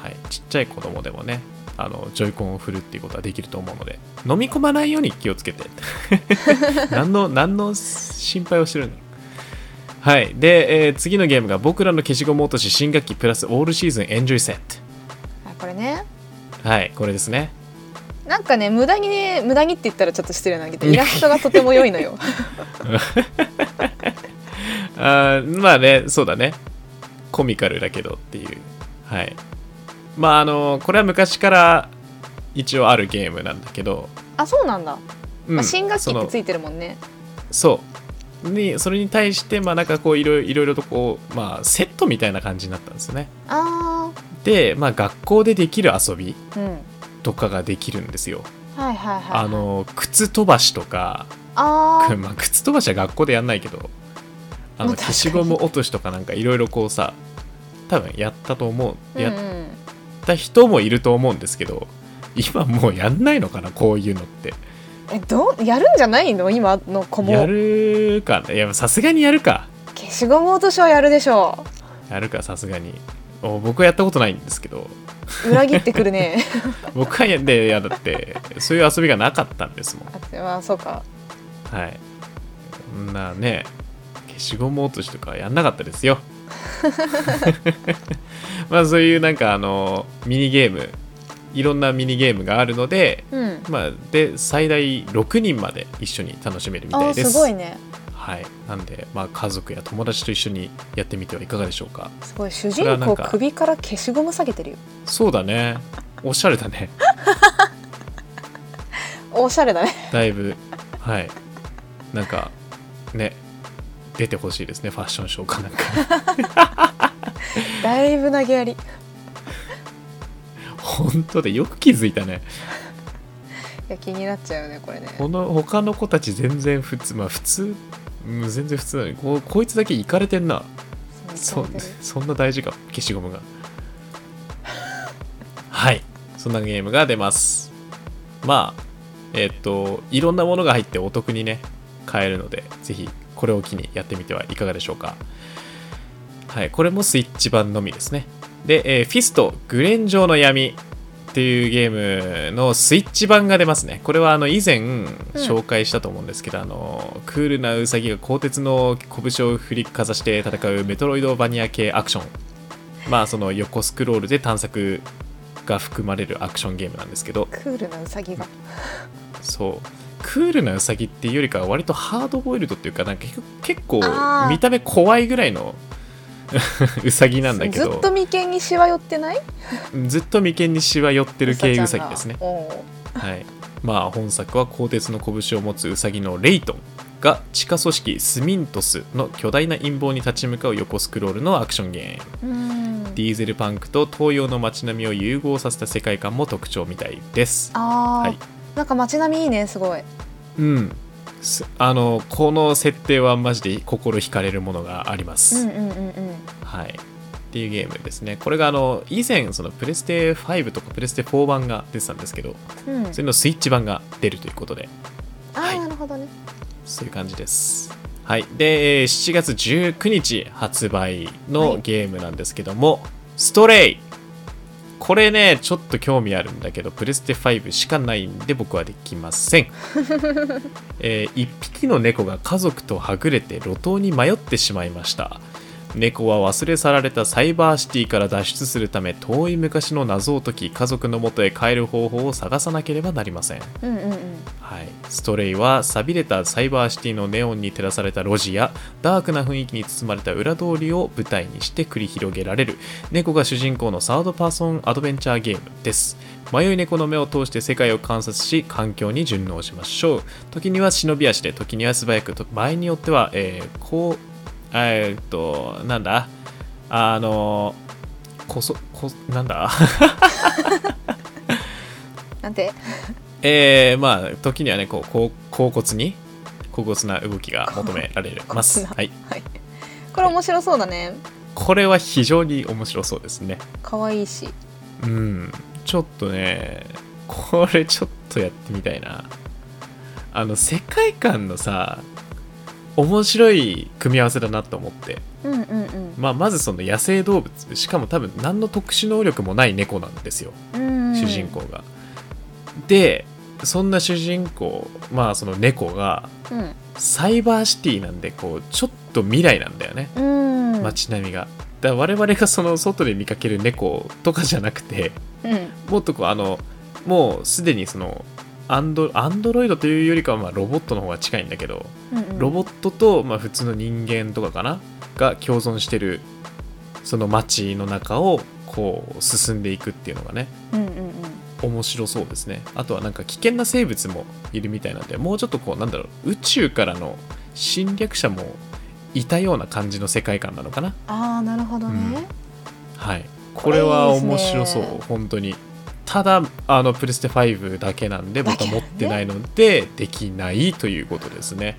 Speaker 1: はい、ちっちゃい子供でもねあのジョイコンを振るっていうことはできると思うので飲み込まないように気をつけて何の何の心配をしてるんだはいで、えー次のゲームが僕らの消しゴム落とし新学期プラスオールシーズンエンジョイセッ
Speaker 2: あこれね
Speaker 1: トはいこれですね
Speaker 2: なんかね無駄にね無駄にって言ったらちょっと失礼なんだけどイラストがとても良いの
Speaker 1: [laughs]
Speaker 2: よ
Speaker 1: あーまあねそうだねコミカルだけどっていうはいまああのこれは昔から一応あるゲームなんだけど、
Speaker 2: あそうなんだ、
Speaker 1: うん
Speaker 2: あ新学期ってつ
Speaker 1: その
Speaker 2: いてるもんね
Speaker 1: そうにそれに対してまあなんかこういろいろいろいろとこうまあセットみたいな感じになったんですよね
Speaker 2: あー
Speaker 1: で、まあ、学校でできる遊び
Speaker 2: うん
Speaker 1: とかができるんですよ。
Speaker 2: はいはいはいはい
Speaker 1: あの靴飛ばしとか、
Speaker 2: あ
Speaker 1: [laughs]
Speaker 2: ー
Speaker 1: まあ、靴飛ばしは学校でやんないけどあの
Speaker 2: まあ確かに
Speaker 1: 消しゴム落としとかなんかいろいろこうさ多分やったと思うや
Speaker 2: う
Speaker 1: っ
Speaker 2: んうん
Speaker 1: た人もいると思うんですけど今もうやんないのかなこういうのって
Speaker 2: えどうやるんじゃないの今の子も
Speaker 1: やるかないやさすがにやるか
Speaker 2: 消しゴム落としはやるでしょ
Speaker 1: やるかさすがにお僕はやったことないんですけど
Speaker 2: う裏切ってくるね
Speaker 1: 僕はやでいやだってそういう遊びがなかったんですもん
Speaker 2: あまあそうか
Speaker 1: はいそんなね消しゴム落としとかやんなかったですよ [laughs] まあそういうなんかあのミニゲームいろんなミニゲームがあるので
Speaker 2: うん
Speaker 1: まあで最大6人まで一緒に楽しめるみた
Speaker 2: あ
Speaker 1: いです
Speaker 2: すごいね
Speaker 1: はい、なんで、まあ、家族や友達と一緒にやってみてはいかがでしょうか
Speaker 2: すごい主
Speaker 1: れは
Speaker 2: 人
Speaker 1: なん
Speaker 2: 公
Speaker 1: か
Speaker 2: 首から消しゴム下げてるよ
Speaker 1: そうだねおしゃれだね
Speaker 2: おしゃれ
Speaker 1: [laughs]
Speaker 2: だね
Speaker 1: だいぶはいなんかね出てほしいですねファッションショーかなんか
Speaker 2: だいぶ投げやり
Speaker 1: 本当でよく気づいたね
Speaker 2: いや気になっちゃうよねこれね
Speaker 1: この他の子たち全然普通まあ普通うん全然普通なのにここいつだけいかれてんなそ
Speaker 2: そう言ってる
Speaker 1: そんな大事か消しゴムがはいそんなゲームが出ますまあえっといろんなものが入ってお得にね買えるのでぜひこれを機にやってみてはいかがでしょうかはいこれもスイッチ版のみですねで、えーフィストグレン城の闇っていうゲームのスイッチ版が出ますねこれはあの以前紹介したと思うんですけど、あのクールなウサギが鋼鉄の拳を振りかざして戦うメトロイドバニア系アクションまあその横スクロールで探索が含まれるアクションゲームなんですけど
Speaker 2: クールなウサギが
Speaker 1: そうクールなウサギっていうよりかは割とハードボイルドっていうかなんか結構結構
Speaker 2: あー
Speaker 1: 見た目怖いぐらいの [laughs] ウサギなんだけど
Speaker 2: ずっと眉間にしわ寄ってない
Speaker 1: ずっと眉間にしわ寄ってる系ウサギ
Speaker 2: が
Speaker 1: ですね。
Speaker 2: おう
Speaker 1: はい、まあ本作は鋼鉄の拳を持つウサギのレイトンが地下組織スミントスの巨大な陰謀に立ち向かう横スクロールのアクションゲーム
Speaker 2: うん
Speaker 1: ディーゼルパンクと東洋の街並みを融合させた世界観も特徴みたいです
Speaker 2: あー、
Speaker 1: はい
Speaker 2: なんか街並みいいねすごい
Speaker 1: うんすあのこの設定はマジで心惹かれるものがありま
Speaker 2: う
Speaker 1: す、
Speaker 2: んうんうんうん
Speaker 1: はいっていうゲームですねこれがあの以前そのプレステ5とかプレステ4版が出てたんですけど
Speaker 2: うん
Speaker 1: それのスイッチ版が出るということで
Speaker 2: あ
Speaker 1: はい
Speaker 2: あなるほどね
Speaker 1: そういう感じです。はい、でえー7月19日発売
Speaker 2: は
Speaker 1: の
Speaker 2: い
Speaker 1: ゲームなんですけども、ストレイこれねちょっと興味あるんだけどプレステ5しかないんで僕はできませ
Speaker 2: [laughs]
Speaker 1: ん、え1匹の猫が家族とはぐれて路頭に迷ってしまいました猫は忘れ去られたサイバーシティから脱出するため遠い昔の謎を解き家族のもとへ帰る方法を探さなければなりません
Speaker 2: うんうんうん
Speaker 1: はい、ストレイは寂れたサイバーシティのネオンに照らされた路地やダークな雰囲気に包まれた裏通りを舞台にして繰り広げられる猫が主人公のサードパーソンアドベンチャーゲームです迷い猫の目を通して世界を観察し環境に順応しましょう時には忍び足で時には素早くと場合によっては、えーこうえーっとなんだあのこそこなんだ
Speaker 2: なんて
Speaker 1: えー、まあ時にはねこうこう高骨に高骨な動きが求められます、
Speaker 2: 高骨な
Speaker 1: はい、
Speaker 2: はいこれ面白そうだね
Speaker 1: これは非常に面白そうですね
Speaker 2: 可愛いし
Speaker 1: うんちょっとねこれちょっとやってみたいなあの世界観のさ面白い組み合わせだなと思って、
Speaker 2: うんうんうん
Speaker 1: まあ、まずその野生動物しかも多分何の特殊能力もない猫なんですよ
Speaker 2: うんうん
Speaker 1: 主人公が、でそんな主人公まあその猫が
Speaker 2: うん
Speaker 1: サイバーシティなんでこうちょっと未来なんだよね
Speaker 2: うん
Speaker 1: 街並みが、だから我々がその外で見かける猫とかじゃなくて
Speaker 2: うん
Speaker 1: もっとこうあのもうすでにそのアンドアンドロイドというよりかはまあロボットの方が近いんだけど、
Speaker 2: うんうん
Speaker 1: ロボットとまあ普通の人間とかかなが共存してるその街の中をこう進んでいくっていうのがね
Speaker 2: うんうんうん
Speaker 1: 面白そうですねあとはなんか危険な生物もいるみたいなんでもうちょっとこうなんだろう宇宙からの侵略者もいたような感じの世界観なのかな
Speaker 2: ああなるほどね
Speaker 1: はいこれは面白そう、
Speaker 2: いいですね
Speaker 1: 本当にただあのプレステ5だけなんで
Speaker 2: だ
Speaker 1: 僕
Speaker 2: け
Speaker 1: は持
Speaker 2: なんね
Speaker 1: ってないので、できないということですね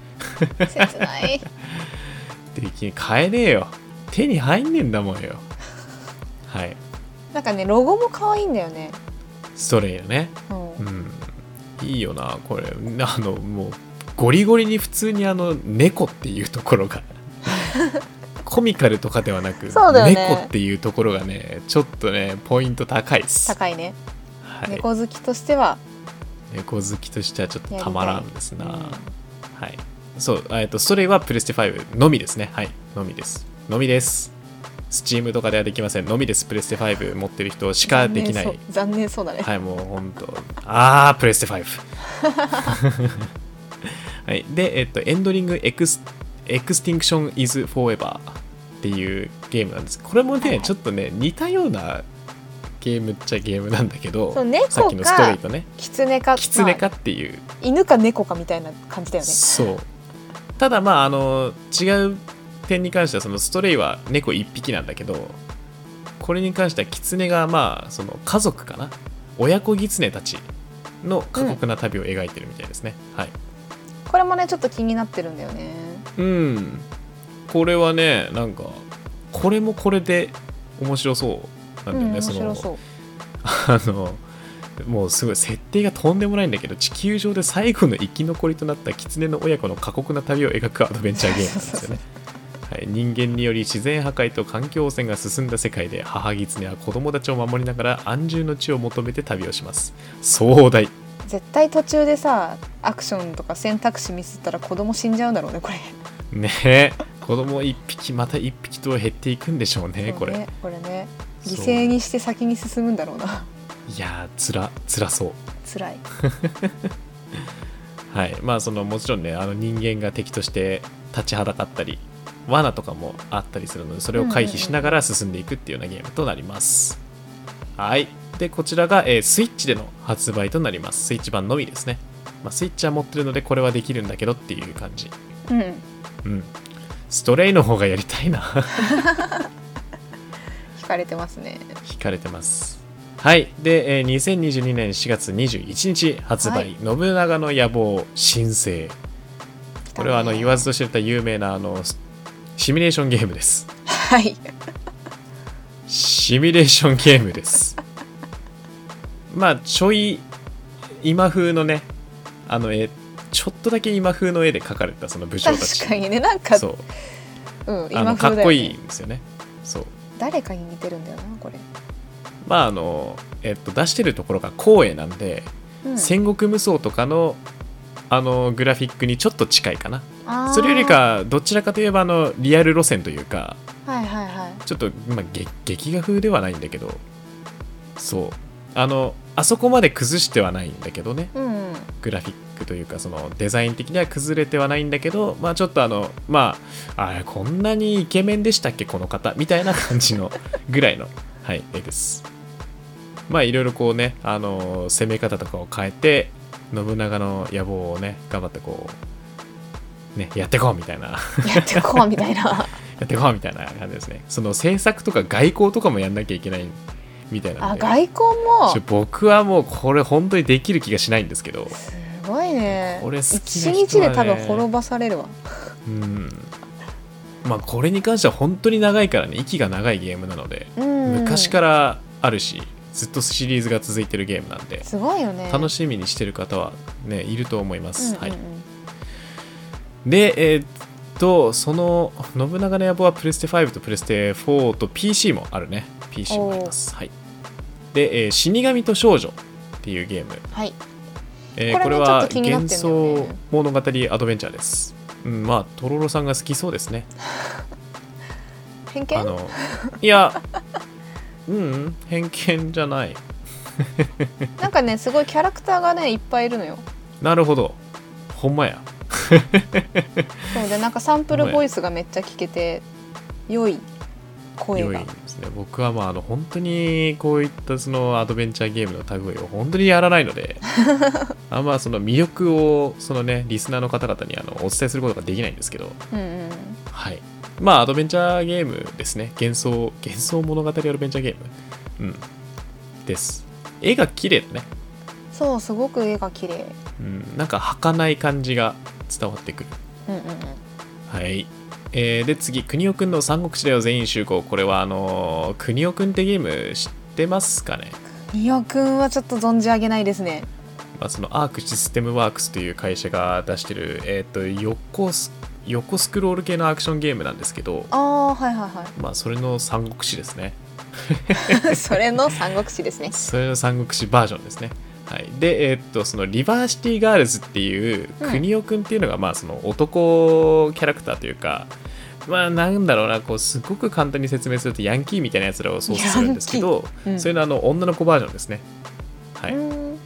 Speaker 2: 切ない
Speaker 1: でき買えねえよ手に入んねえんだもんよはい
Speaker 2: [laughs] なんかねロゴも可愛いんだよね、
Speaker 1: ストレイよね
Speaker 2: うん
Speaker 1: うんいいよなこれあのもうゴリゴリに普通にあの猫っていうところ
Speaker 2: [laughs]
Speaker 1: がコミカルとかではなく、
Speaker 2: そうだよね
Speaker 1: 猫っていうところがねちょっとねポイント高いっす、
Speaker 2: 高いね、
Speaker 1: はい、猫
Speaker 2: 猫好きとしては、
Speaker 1: 好きとしてはちょっとたまらんですな、
Speaker 2: うん
Speaker 1: はいそうえっとそれはプレステ5のみですねはいのみですのみですスチームとかではできませんのみですプレステ5持ってる人しかできない
Speaker 2: 残念そう残念そうだね、
Speaker 1: はい、もう本当。あー、プレステ5。はい、で、えっと、エンドリングエクスエクスティンクション・イズ・フォーエバーっていうゲームなんです。これも
Speaker 2: はい
Speaker 1: ね、
Speaker 2: はい
Speaker 1: ちょっとね、似たようなゲームっちゃゲームなんだけど
Speaker 2: そう、猫
Speaker 1: さっきのストレー
Speaker 2: か
Speaker 1: トね、
Speaker 2: キツネか
Speaker 1: キツネ
Speaker 2: ま
Speaker 1: かっていう、
Speaker 2: あ犬か猫かみたいな感じだよね
Speaker 1: そう。ただ、まあ、あの、違う点に関しては、そのストレイは猫1匹なんだけど、これに関しては、キツネが、まあ、その家族かな、親子ギツネたちの過酷な旅を描いてるみたいですね。はい。
Speaker 2: これもねちょっと気になってるんだよね
Speaker 1: うん。これはね、なんか、これもこれで面白そうなんだよね、
Speaker 2: 面
Speaker 1: その
Speaker 2: 白そう
Speaker 1: あのもうすごい設定がとんでもないんだけど地球上で最後の生き残りとなったキツネの親子の過酷な旅を描くアドベンチャーゲームなんですよね。 [laughs] はい、人間により自然破壊と環境汚染が進んだ世界で母ギツネは子供たちを守りながら安住の地を求めて旅をします壮大
Speaker 2: 絶対途中でさアクションとか選択肢ミスったら子供死んじゃうんだろうねこれ
Speaker 1: ねえ子供一匹また一匹と減っていくんでしょうねこ
Speaker 2: そう
Speaker 1: れ
Speaker 2: ねこれね犠牲にして先に進むんだろうな
Speaker 1: いやーつらつらそう
Speaker 2: 辛い
Speaker 1: はい、まあそのもちろんねあの人間が敵として立ちはだかったり罠とかもあったりするのでそれを回避しながら進んでいくっていうようなゲームとなります、はいでこちらが、えースイッチでの発売となりますスイッチ版のみですね、まあ、スイッチは持ってるのでこれはできるんだけどっていう感じ
Speaker 2: うん
Speaker 1: うんストレイの方がやりたいな [laughs]
Speaker 2: 惹かれてますね
Speaker 1: 惹かれてますはいで、えー2022年4月21日発売、
Speaker 2: はい
Speaker 1: 信長の野望新生
Speaker 2: 来たね
Speaker 1: これはあの言わずと知れた有名なあのシシミュレーションゲームです
Speaker 2: はい
Speaker 1: シミュレーションゲームです [laughs] まあちょい今風のねあの絵ちょっとだけ今風の絵で描かれたその武将たち
Speaker 2: 確かにねなんか
Speaker 1: そう
Speaker 2: うん、
Speaker 1: あの
Speaker 2: 今
Speaker 1: かっ
Speaker 2: 風だよね
Speaker 1: こいいんですよねそう
Speaker 2: 誰かに似てるんだよなこれ、
Speaker 1: まああのえっと出してるところが光栄なんで、
Speaker 2: うん
Speaker 1: 戦国無双とかのあのグラフィックにちょっと近いかな
Speaker 2: あー
Speaker 1: それよりかどちらかといえばあのリアル路線というか
Speaker 2: はいはいはい
Speaker 1: ちょっと、まあ、げ劇画風ではないんだけどそうあのあそこまで崩してはないんだけどね
Speaker 2: うんうん
Speaker 1: グラフィックというかそのデザイン的には崩れてはないんだけどまあちょっとあのまああれこんなにイケメンでしたっけこの方みたいな感じのぐらいの、 [laughs] はい、絵ですまあいろいろこうねあの攻め方とかを変えて信長の野望をね頑張ってこうねやってこうみたいな
Speaker 2: やってこうみたいな
Speaker 1: やってこうみたいな感じですねその制作とか外交とかもやんなきゃいけないみたい [laughs] なん
Speaker 2: あ
Speaker 1: で
Speaker 2: 外交
Speaker 1: ちょ
Speaker 2: も
Speaker 1: 僕はもうこれ本当にできる気がしないんですけど
Speaker 2: すごいね
Speaker 1: これ好きな人
Speaker 2: 一
Speaker 1: はね
Speaker 2: 日で多分滅ばされるわ
Speaker 1: うんまあこれに関しては本当に長いからね息が長いゲームなので、
Speaker 2: うん
Speaker 1: 昔からあるしずっとシリーズが続いてるゲームなんです
Speaker 2: ごいよね
Speaker 1: 楽
Speaker 2: し
Speaker 1: しみにしてる方はねいると思います、
Speaker 2: うんうんうん
Speaker 1: はいでえーっとその信長の野望はプレステ5とプレステ4と PC もあるね PC もありますはいで、えー死神と少女っていうゲーム、
Speaker 2: はい
Speaker 1: えー
Speaker 2: これ
Speaker 1: こ
Speaker 2: ね
Speaker 1: れ
Speaker 2: ちょ
Speaker 1: は
Speaker 2: っと気になってん
Speaker 1: 幻
Speaker 2: だよね
Speaker 1: 想物語アドベンチャーです、うん、まあとろろさんが好きそうですね
Speaker 2: 偏見
Speaker 1: あのいやうんうん偏見じゃない
Speaker 2: なんかねすごいキャラクターがねいっぱいいるのよ
Speaker 1: なるほどほんまや
Speaker 2: そうでなんかサンプルボイスがめっちゃ聞けて良い声
Speaker 1: 良い
Speaker 2: が
Speaker 1: んですね僕はまああの本当にこういったそのアドベンチャーゲームの類を本当にやらないの
Speaker 2: [laughs]
Speaker 1: であんまその魅力をそのねリスナーの方々にあのお伝えすることができないんですけど
Speaker 2: うんうん
Speaker 1: はいまあアドベンチャーゲームですね幻想幻想物語アドベンチャーゲーム、うん、です絵が綺麗だね、
Speaker 2: そうすごく絵が綺麗
Speaker 1: うん、なんか儚い感じが伝わってくる
Speaker 2: うんうんうん
Speaker 1: はい、えーで次「国尾くんの三国志だよ全員集合」これはあのー、国尾くんってゲーム知ってますかね、
Speaker 2: ニオくんはちょっと存じ上げないですね
Speaker 1: まあ、そのアークシステムワークスという会社が出してる、えー、と横ス横スクロール系のアクションゲームなんですけど
Speaker 2: ああーはいはいは
Speaker 1: まあそれの三国志ですね
Speaker 2: [laughs] いそれの三国志ですね
Speaker 1: それの三国志バージョンですね。はい、で、えーっと、そのリバーシティガールズっていう、
Speaker 2: うん
Speaker 1: 国尾くんっていうのが、まあ、その男キャラクターというか、まあ、なんだろうな、こう、すごく簡単に説明すると、ヤンキーみたいなやつらを操作するんですけど、
Speaker 2: キーうん
Speaker 1: それのあの、女の子バージョンですね。は
Speaker 2: う
Speaker 1: い。
Speaker 2: ん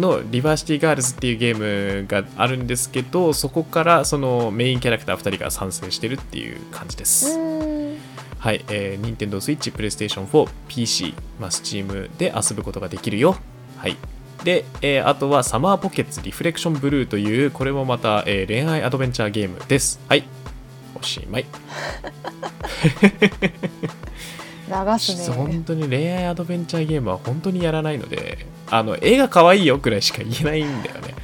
Speaker 1: の、リバーシティガールズっていうゲームがあるんですけど、そこから、その、メインキャラクター2人が参戦してるっていう感じです。
Speaker 2: うん
Speaker 1: はい、えー、Nintendo Switch、PlayStation 4、PC、まあ、Steam で遊ぶことができるよ。はい。で、えーあとはサマーポケッツリフレクションブルーという、これもまた、えー恋愛アドベンチャーゲームです。はい。おしまい。
Speaker 2: 流すね
Speaker 1: 本当に恋愛アドベンチャーゲームは本当にやらないので、あの、絵が可愛いよくらいしか言えないんだよね。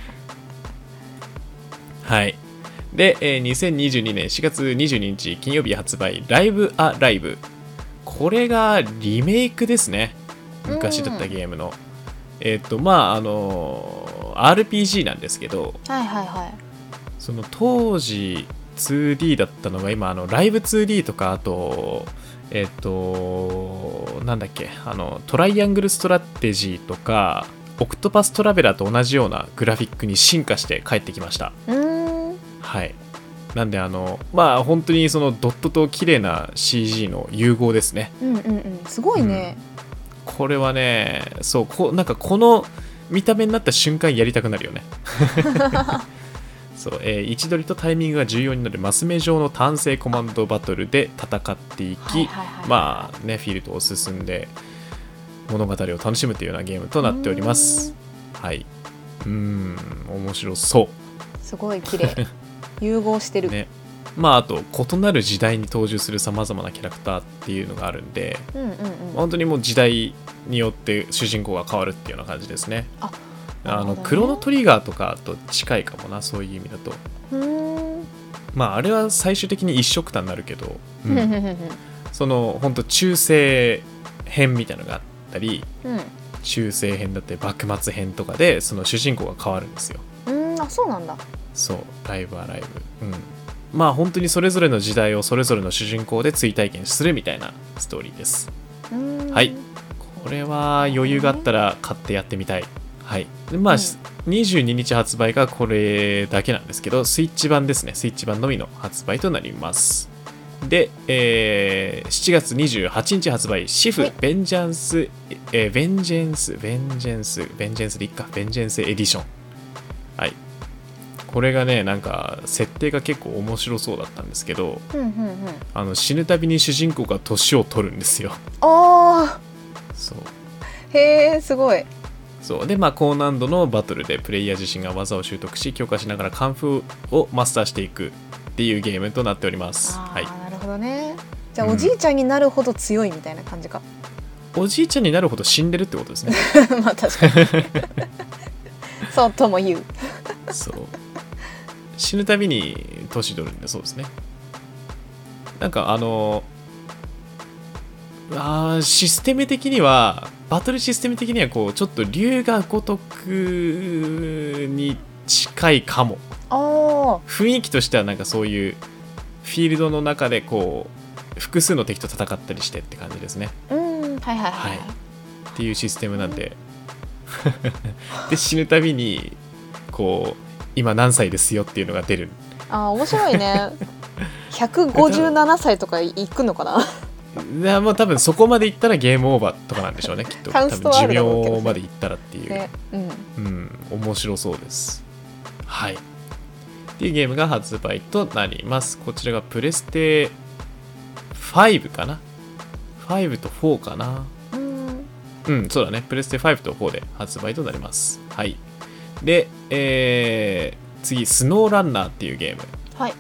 Speaker 1: はい。で、えー2022年4月22日金曜日発売、ライブ・ア・ライブ。これがリメイクですね。昔だったゲームの。えっ、と、まあ、あのー RPG なんですけど、
Speaker 2: はいはいはい
Speaker 1: その当時 2D だったのが今あのライブ 2D とかあとえっ、となんだっけあのトライアングルストラテジーとかオクトパストラベラーと同じようなグラフィックに進化して帰ってきました
Speaker 2: うん
Speaker 1: はいなんであのまあ本当にそのドットと綺麗な CG の融合ですね
Speaker 2: うんうんうんすごいね、
Speaker 1: これはねそうこなんかこの見た目になった瞬間やりたくなるよね
Speaker 2: [laughs]
Speaker 1: そう、えー位置取りとタイミングが重要になるマス目状の単性コマンドバトルで戦っていき、
Speaker 2: はいはいはい
Speaker 1: まあねフィールドを進んで物語を楽しむというようなゲームとなっておりますはいうん面白そ
Speaker 2: すごい綺麗融合して [laughs]
Speaker 1: う
Speaker 2: る、
Speaker 1: ねまああと異なる時代に登場するさまざまなキャラクターっていうのがあるんで
Speaker 2: うんうんうん
Speaker 1: 本当にもう時代によって主人公が変わるっていうような感じですね
Speaker 2: あ
Speaker 1: あの、
Speaker 2: なるほどね
Speaker 1: クロノトリガーとかと近いかもなそういう意味だと
Speaker 2: うん
Speaker 1: まああれは最終的に一色たになるけど、う
Speaker 2: うんうん [laughs]
Speaker 1: ん、
Speaker 2: うんうん
Speaker 1: その本当中世編みたいのがあったり
Speaker 2: うん
Speaker 1: 中世編だって幕末編とかでその主人公が変わるんですよ
Speaker 2: うんあそうなんだ
Speaker 1: そうライブはライブうんまあ本当にそれぞれの時代をそれぞれの主人公で追体験するみたいなストーリーです
Speaker 2: うん
Speaker 1: はいこれは余裕があったら買ってやってみたい。はい。でまあ、
Speaker 2: うん
Speaker 1: 22日発売がこれだけなんですけど、スイッチ版ですね。スイッチ版のみの発売となります。で、えー7月28日発売、シ
Speaker 2: は
Speaker 1: フ
Speaker 2: い、
Speaker 1: ベンジャンス、えーベンジェンス、ベンジェンス、ベンジェンスでいっか、ベンジェンスエディション。はい。これがね、なんか、設定が結構面白そうだったんですけど、
Speaker 2: うんうんうん
Speaker 1: あの死ぬたびに主人公が年を取るんですよ。
Speaker 2: あ
Speaker 1: そう。
Speaker 2: ーへえすごい
Speaker 1: そうでまあ高難度のバトルでプレイヤー自身が技を習得し強化しながらカンフーをマスターしていくっていうゲームとなっております、
Speaker 2: あー、
Speaker 1: はい、
Speaker 2: なるほどねじゃあ、
Speaker 1: うん
Speaker 2: おじいちゃんになるほど強いみたいな感じか
Speaker 1: おじいちゃんになるほど死んでるってことですね
Speaker 2: [laughs] まあ確かにそうとも言う
Speaker 1: そう死ぬたびに年取るんでそうですねなんかあのあーシステム的にはバトルシステム的にはこうちょっと竜が如くに近いかも
Speaker 2: あ
Speaker 1: 雰囲気としてはなんかそういうフィールドの中でこう複数の敵と戦ったりしてって感じですね
Speaker 2: あうんはいはいはい、
Speaker 1: はいっていうシステムなんで [laughs] で死ぬたびにこう今何歳ですよっていうのが出る
Speaker 2: あー面白いね157歳とかいくのかな
Speaker 1: なもう多分そこまでいったらゲームオーバーとかなんでしょうねきっと
Speaker 2: カ
Speaker 1: 多
Speaker 2: ウ
Speaker 1: 分
Speaker 2: ストはあ
Speaker 1: 寿
Speaker 2: るだろうけどね
Speaker 1: 命までいったらっていう、
Speaker 2: ねうん
Speaker 1: うん面白そうですはいっていうゲームが発売となりますこちらがプレステ5かな5と4かな
Speaker 2: うん
Speaker 1: うん、そうだね。プレステ5と4で発売となります。はい。で、えー、次、スノーランナーっていうゲーム。
Speaker 2: はい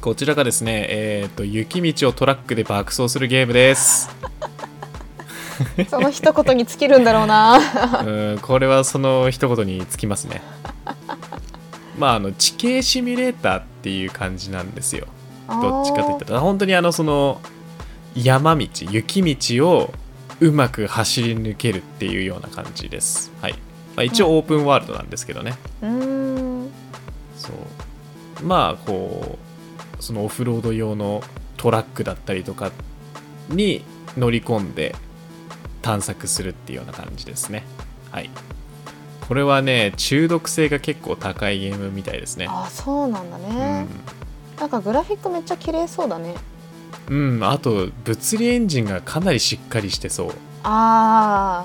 Speaker 1: こちらがですね、えー、と雪道をトラックで爆走するゲームです。
Speaker 2: その一言に尽きるんだろうな
Speaker 1: うんこれはその一言につきますね。まああの地形シミュレーターっていう感じなんですよ。 [laughs] どっちかといったら本当にあのその山道雪道をうまく走り抜けるっていうような感じです。はい。まあ、一応オープンワールドなんですけどね。
Speaker 2: あーうーん
Speaker 1: そうまあこうそのオフロード用のトラックだったりとかに乗り込んで探索するっていうような感じですねはいこれはね中毒性が結構高いゲームみたいですね
Speaker 2: あーそうなんだ
Speaker 1: う
Speaker 2: ね
Speaker 1: ん、、
Speaker 2: なんかグラフィックめっちゃ綺麗そうだね
Speaker 1: うん、あと物理エンジンがかなりしっかりしてそう
Speaker 2: ああ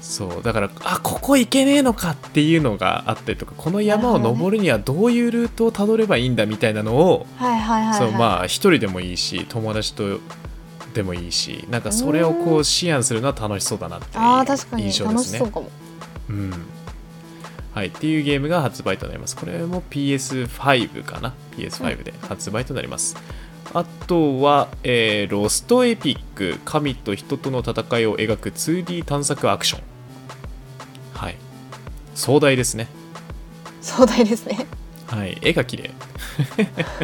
Speaker 1: そうだからあここ行けねえのかっていうのがあったりとかこの山を
Speaker 2: なるほどね
Speaker 1: 登るにはどういうルートをたどればいいんだみたいなのを
Speaker 2: はいはいはい、はい、
Speaker 1: そうまあ一人でもいいし友達とでもいいしなんかそれをこう思案するのは楽しそうだなって
Speaker 2: あー確か
Speaker 1: いう
Speaker 2: に
Speaker 1: 印象で
Speaker 2: 楽
Speaker 1: す
Speaker 2: し
Speaker 1: ね。
Speaker 2: そうかも
Speaker 1: うんはい、っていうゲームが発売となります。これも PS5 かな ?PS5 で発売となります。あとは、えーロストエピック、神と人との戦いを描く 2D 探索アクション。はい。壮大ですね。
Speaker 2: 壮大ですね
Speaker 1: はい、絵が綺麗 [laughs]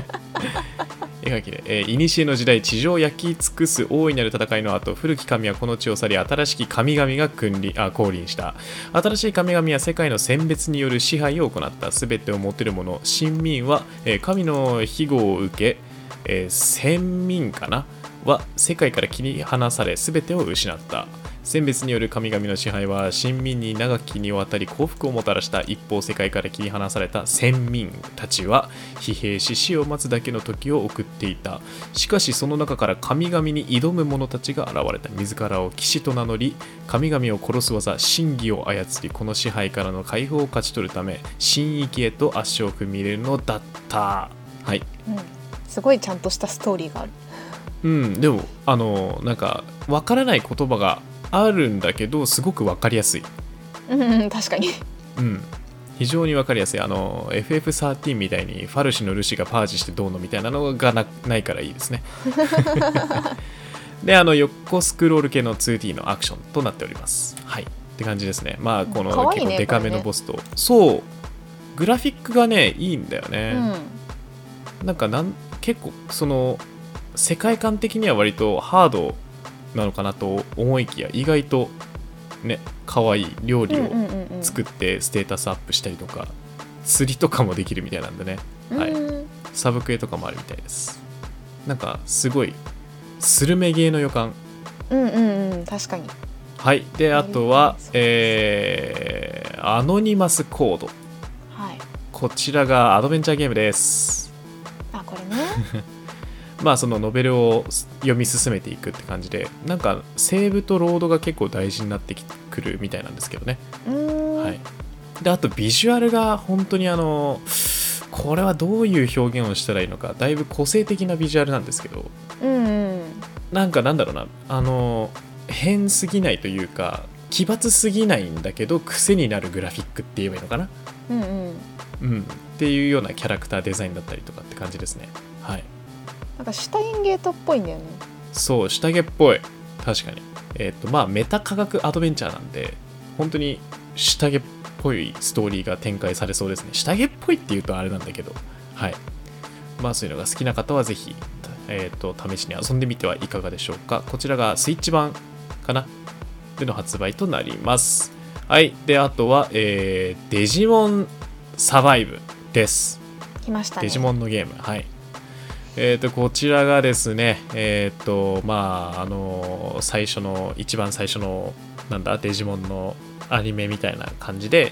Speaker 1: 絵が綺麗えー、古の時代地上を焼き尽くす大いなる戦いの後古き神はこの地を去り新しき神々が君臨あ降臨した新しい神々は世界の選別による支配を行った全てを持てる者神民は、えー神の庇護を受け、えー先民かなは世界から切り離され全てを失った選別による神々の支配は神民に長きにわたり幸福をもたらした一方世界から切り離された先民たちは疲弊し死を待つだけの時を送っていたしかしその中から神々に挑む者たちが現れた自らを騎士と名乗り神々を殺す技真偽を操りこの支配からの解放を勝ち取るため神域へと足を踏み入れるのだったはい
Speaker 2: うんすごいちゃんとしたストーリーがある
Speaker 1: うん、でもあのなんかわからない言葉があるんだけどすごくわかりやすい、
Speaker 2: うんうん確かに
Speaker 1: うん、非常にわかりやすいあの FF13 みたいにファルシのルシがパージしてどうのみたいなのがなないからいいですね [laughs] であの横スクロール系の 2D のアクションとなっておりますはいって感じですねまあこの
Speaker 2: かわいい
Speaker 1: 結
Speaker 2: ね
Speaker 1: 構デカめ
Speaker 2: これ
Speaker 1: の
Speaker 2: ね
Speaker 1: ボスと、そうグラフィックがねいいんだよ
Speaker 2: う
Speaker 1: ね、
Speaker 2: ん
Speaker 1: なんかなん結構その世界観的には割とハードなのかなと思いきや意外とね可愛い料
Speaker 2: う
Speaker 1: 理
Speaker 2: んう
Speaker 1: を
Speaker 2: んうんうん
Speaker 1: 作ってステータスアップしたりとか、釣りとかもできるみたいなんでねはい
Speaker 2: うん
Speaker 1: サブクエとかもあるみたいですなんかすごいスルメゲーの予感
Speaker 2: うんうんうん確かに
Speaker 1: はいであとは
Speaker 2: そうです
Speaker 1: えーアノニマスコード
Speaker 2: はい
Speaker 1: こちらがアドベンチャーゲームです
Speaker 2: あこれ [laughs] ね
Speaker 1: まあそのノベルを読み進めていくって感じでなんかセーブとロードが結構大事になってきくるみたいなんですけどね、
Speaker 2: うーん、
Speaker 1: はい、であとビジュアルが本当にあのこれはどういう表現をしたらいいのかだいぶ個性的なビジュアルなんですけど
Speaker 2: うんうん
Speaker 1: なんかなんだろうなあの変すぎないというか奇抜すぎないんだけど癖になるグラフィックって言えばいいのかな
Speaker 2: うんうん
Speaker 1: うんっていうようなキャラクターデザインだったりとかって感じですねはい
Speaker 2: なんかシュタインゲートっぽいんだよね
Speaker 1: そう下着っぽい確かにえっ、とまあメタ科学アドベンチャーなんで本当に下着っぽいストーリーが展開されそうですね下着っぽいっていうとあれなんだけどはいまあそういうのが好きな方はぜひえっ、と試しに遊んでみてはいかがでしょうかこちらがスイッチ版かなでの発売となりますはいであとは、えーデジモンサバイブです
Speaker 2: 来ましたね
Speaker 1: デジモンのゲーム。はい。えー、とこちらがですね、えっ、と、まあ、あの最初の、一番最初の、なんだ、デジモンのアニメみたいな感じで、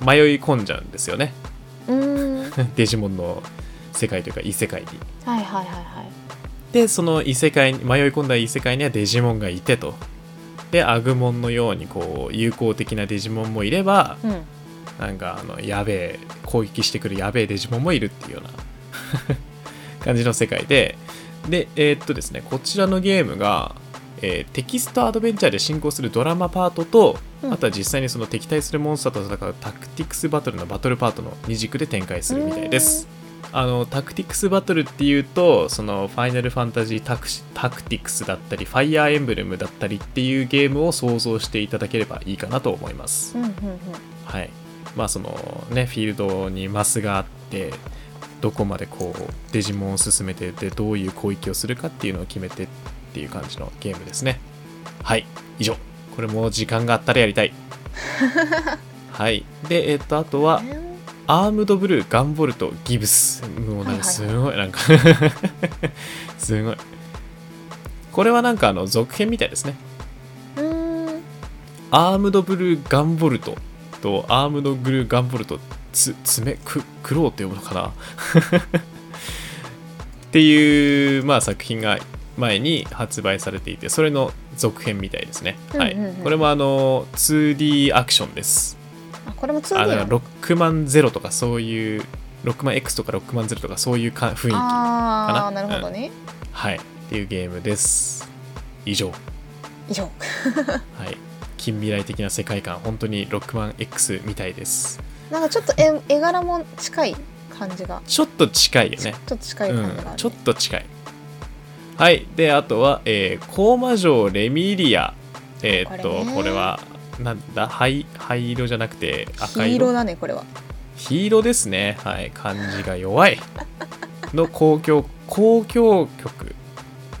Speaker 1: 迷い込んじゃうんですよね。 [laughs]
Speaker 2: うーんはい
Speaker 1: デジモンの世界というか、異世界に。
Speaker 2: はいはいはい
Speaker 1: で、その異世界に、迷い込んだ異世界にはデジモンがいてと。で、アグモンのように、こう、友好的なデジモンもいれば、
Speaker 2: うん
Speaker 1: なんかあのやべえ攻撃してくるやべえデジモンもいるっていうような [laughs] 感じの世界ででえーっとですねこちらのゲームが、えーテキストアドベンチャーで進行するドラマパートと、
Speaker 2: うん
Speaker 1: あとは実際にその敵対するモンスターと戦うタクティクスバトルのバトルパートの2軸で展開するみたいですあのタクティクスバトルっていうとそのファイナルファンタジータクシタクティクスだったりファイアーエンブレムだったりっていうゲームを想像していただければいいかなと思います
Speaker 2: うんうん
Speaker 1: はいまあそのねフィールドにマスがあってどこまでこうデジモンを進めてでどういう攻撃をするかっていうのを決めてっていう感じのゲームですねはい以上これも時間があったらやりた
Speaker 2: [laughs]
Speaker 1: いはいでえっとあとは
Speaker 2: うんね
Speaker 1: アームドブルー、ガンボルト、ギブス。もう
Speaker 2: は
Speaker 1: な
Speaker 2: い
Speaker 1: ん
Speaker 2: はい
Speaker 1: かすごい、なんか、 [laughs] すごい。これはなんかあの続編みたいですね。
Speaker 2: うーん
Speaker 1: アームドブルー、ガンボルトとアームドブルー、ガンボルト、つ、爪、く、クローって読むのかな [laughs] っていう、まあ作品が前に発売されていて、それの続編みたいですね。はい。
Speaker 2: うんうんうん
Speaker 1: これもあの、2D アクションです。
Speaker 2: あこれも 2D
Speaker 1: あだか
Speaker 2: な
Speaker 1: ら
Speaker 2: の
Speaker 1: ロックマンゼロとかそういうロックマン X とかロックマンゼロとかそういうか雰囲気
Speaker 2: あ
Speaker 1: か
Speaker 2: あ
Speaker 1: な
Speaker 2: なるほどね、
Speaker 1: はいっていうゲームです以上
Speaker 2: 以上
Speaker 1: はい近未来的な世界観本当にロックマン X みたいです
Speaker 2: なんかちょっと絵絵柄も近い感じが、
Speaker 1: ちょっと近いよ
Speaker 2: ちょ
Speaker 1: ね
Speaker 2: っと近い感じがあるね、
Speaker 1: うん、ちょっと近いはいであとは、えー、コーマ城レミリアえーっと
Speaker 2: こ
Speaker 1: これ
Speaker 2: れね
Speaker 1: はなんだ灰灰色じゃなくて赤
Speaker 2: 黄
Speaker 1: 色
Speaker 2: 色だねこれは
Speaker 1: 黄色ですねはい漢字が弱いの公共公共曲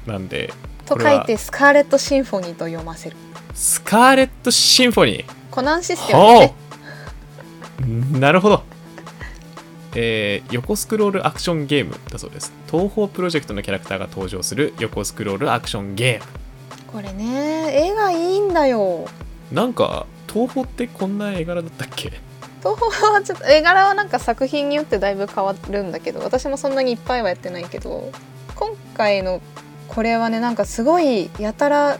Speaker 1: なんでことれ
Speaker 2: 書
Speaker 1: はい
Speaker 2: てスカーレット・シンフォニーと読ませる
Speaker 1: スカーレット・シンフォニー
Speaker 2: コナンシステムだ
Speaker 1: ほ
Speaker 2: ね
Speaker 1: うなるほどえー横スクロールアクションゲームだそうです東方プロジェクトのキャラクターが登場する横スクロールアクションゲー
Speaker 2: これね絵がいいんだよ
Speaker 1: ムなんか東方ってこんな絵柄だったっけ [laughs]
Speaker 2: 東宝はちょっと [laughs] 絵柄はなんか作品によってだいぶ変わるんだけど私もそんなにいっぱいはやってないけど今回のこれはねなんかすごいやたら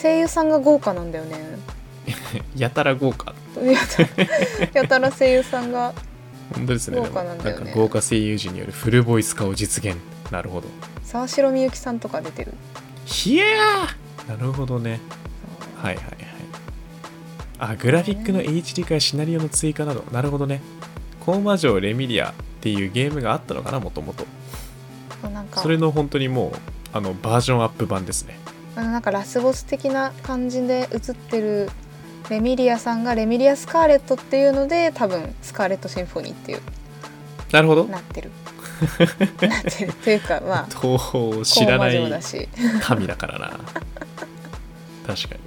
Speaker 2: 声優さんが豪華なんだよね [laughs]
Speaker 1: やたら豪華
Speaker 2: やたやたら声優さんが
Speaker 1: 本当ですね
Speaker 2: 豪華なんだよ
Speaker 1: で
Speaker 2: ね
Speaker 1: もか豪華声優陣によるフルボイス化を実現なるほど
Speaker 2: 沢城みゆきさんとか出てる
Speaker 1: ひやーなるほどねはいはいはい。あ、グラフィックの HD 化やシナリオの追加など、なるほどね。コーマ城レミリアっていうゲームがあったのかな、もともと。
Speaker 2: そうなんか
Speaker 1: それの本当にもう、あの、バージョンアップ版ですね。
Speaker 2: あのなんかラスボス的な感じで映ってるレミリアさんがレミリア・スカーレットっていうので多分スカーレット・シンフォニーっていう
Speaker 1: なるほど。
Speaker 2: なってるなってるというかまあ
Speaker 1: 東方を [laughs] 知らな
Speaker 2: 高魔女だ
Speaker 1: い
Speaker 2: し
Speaker 1: 神だからな。確かに。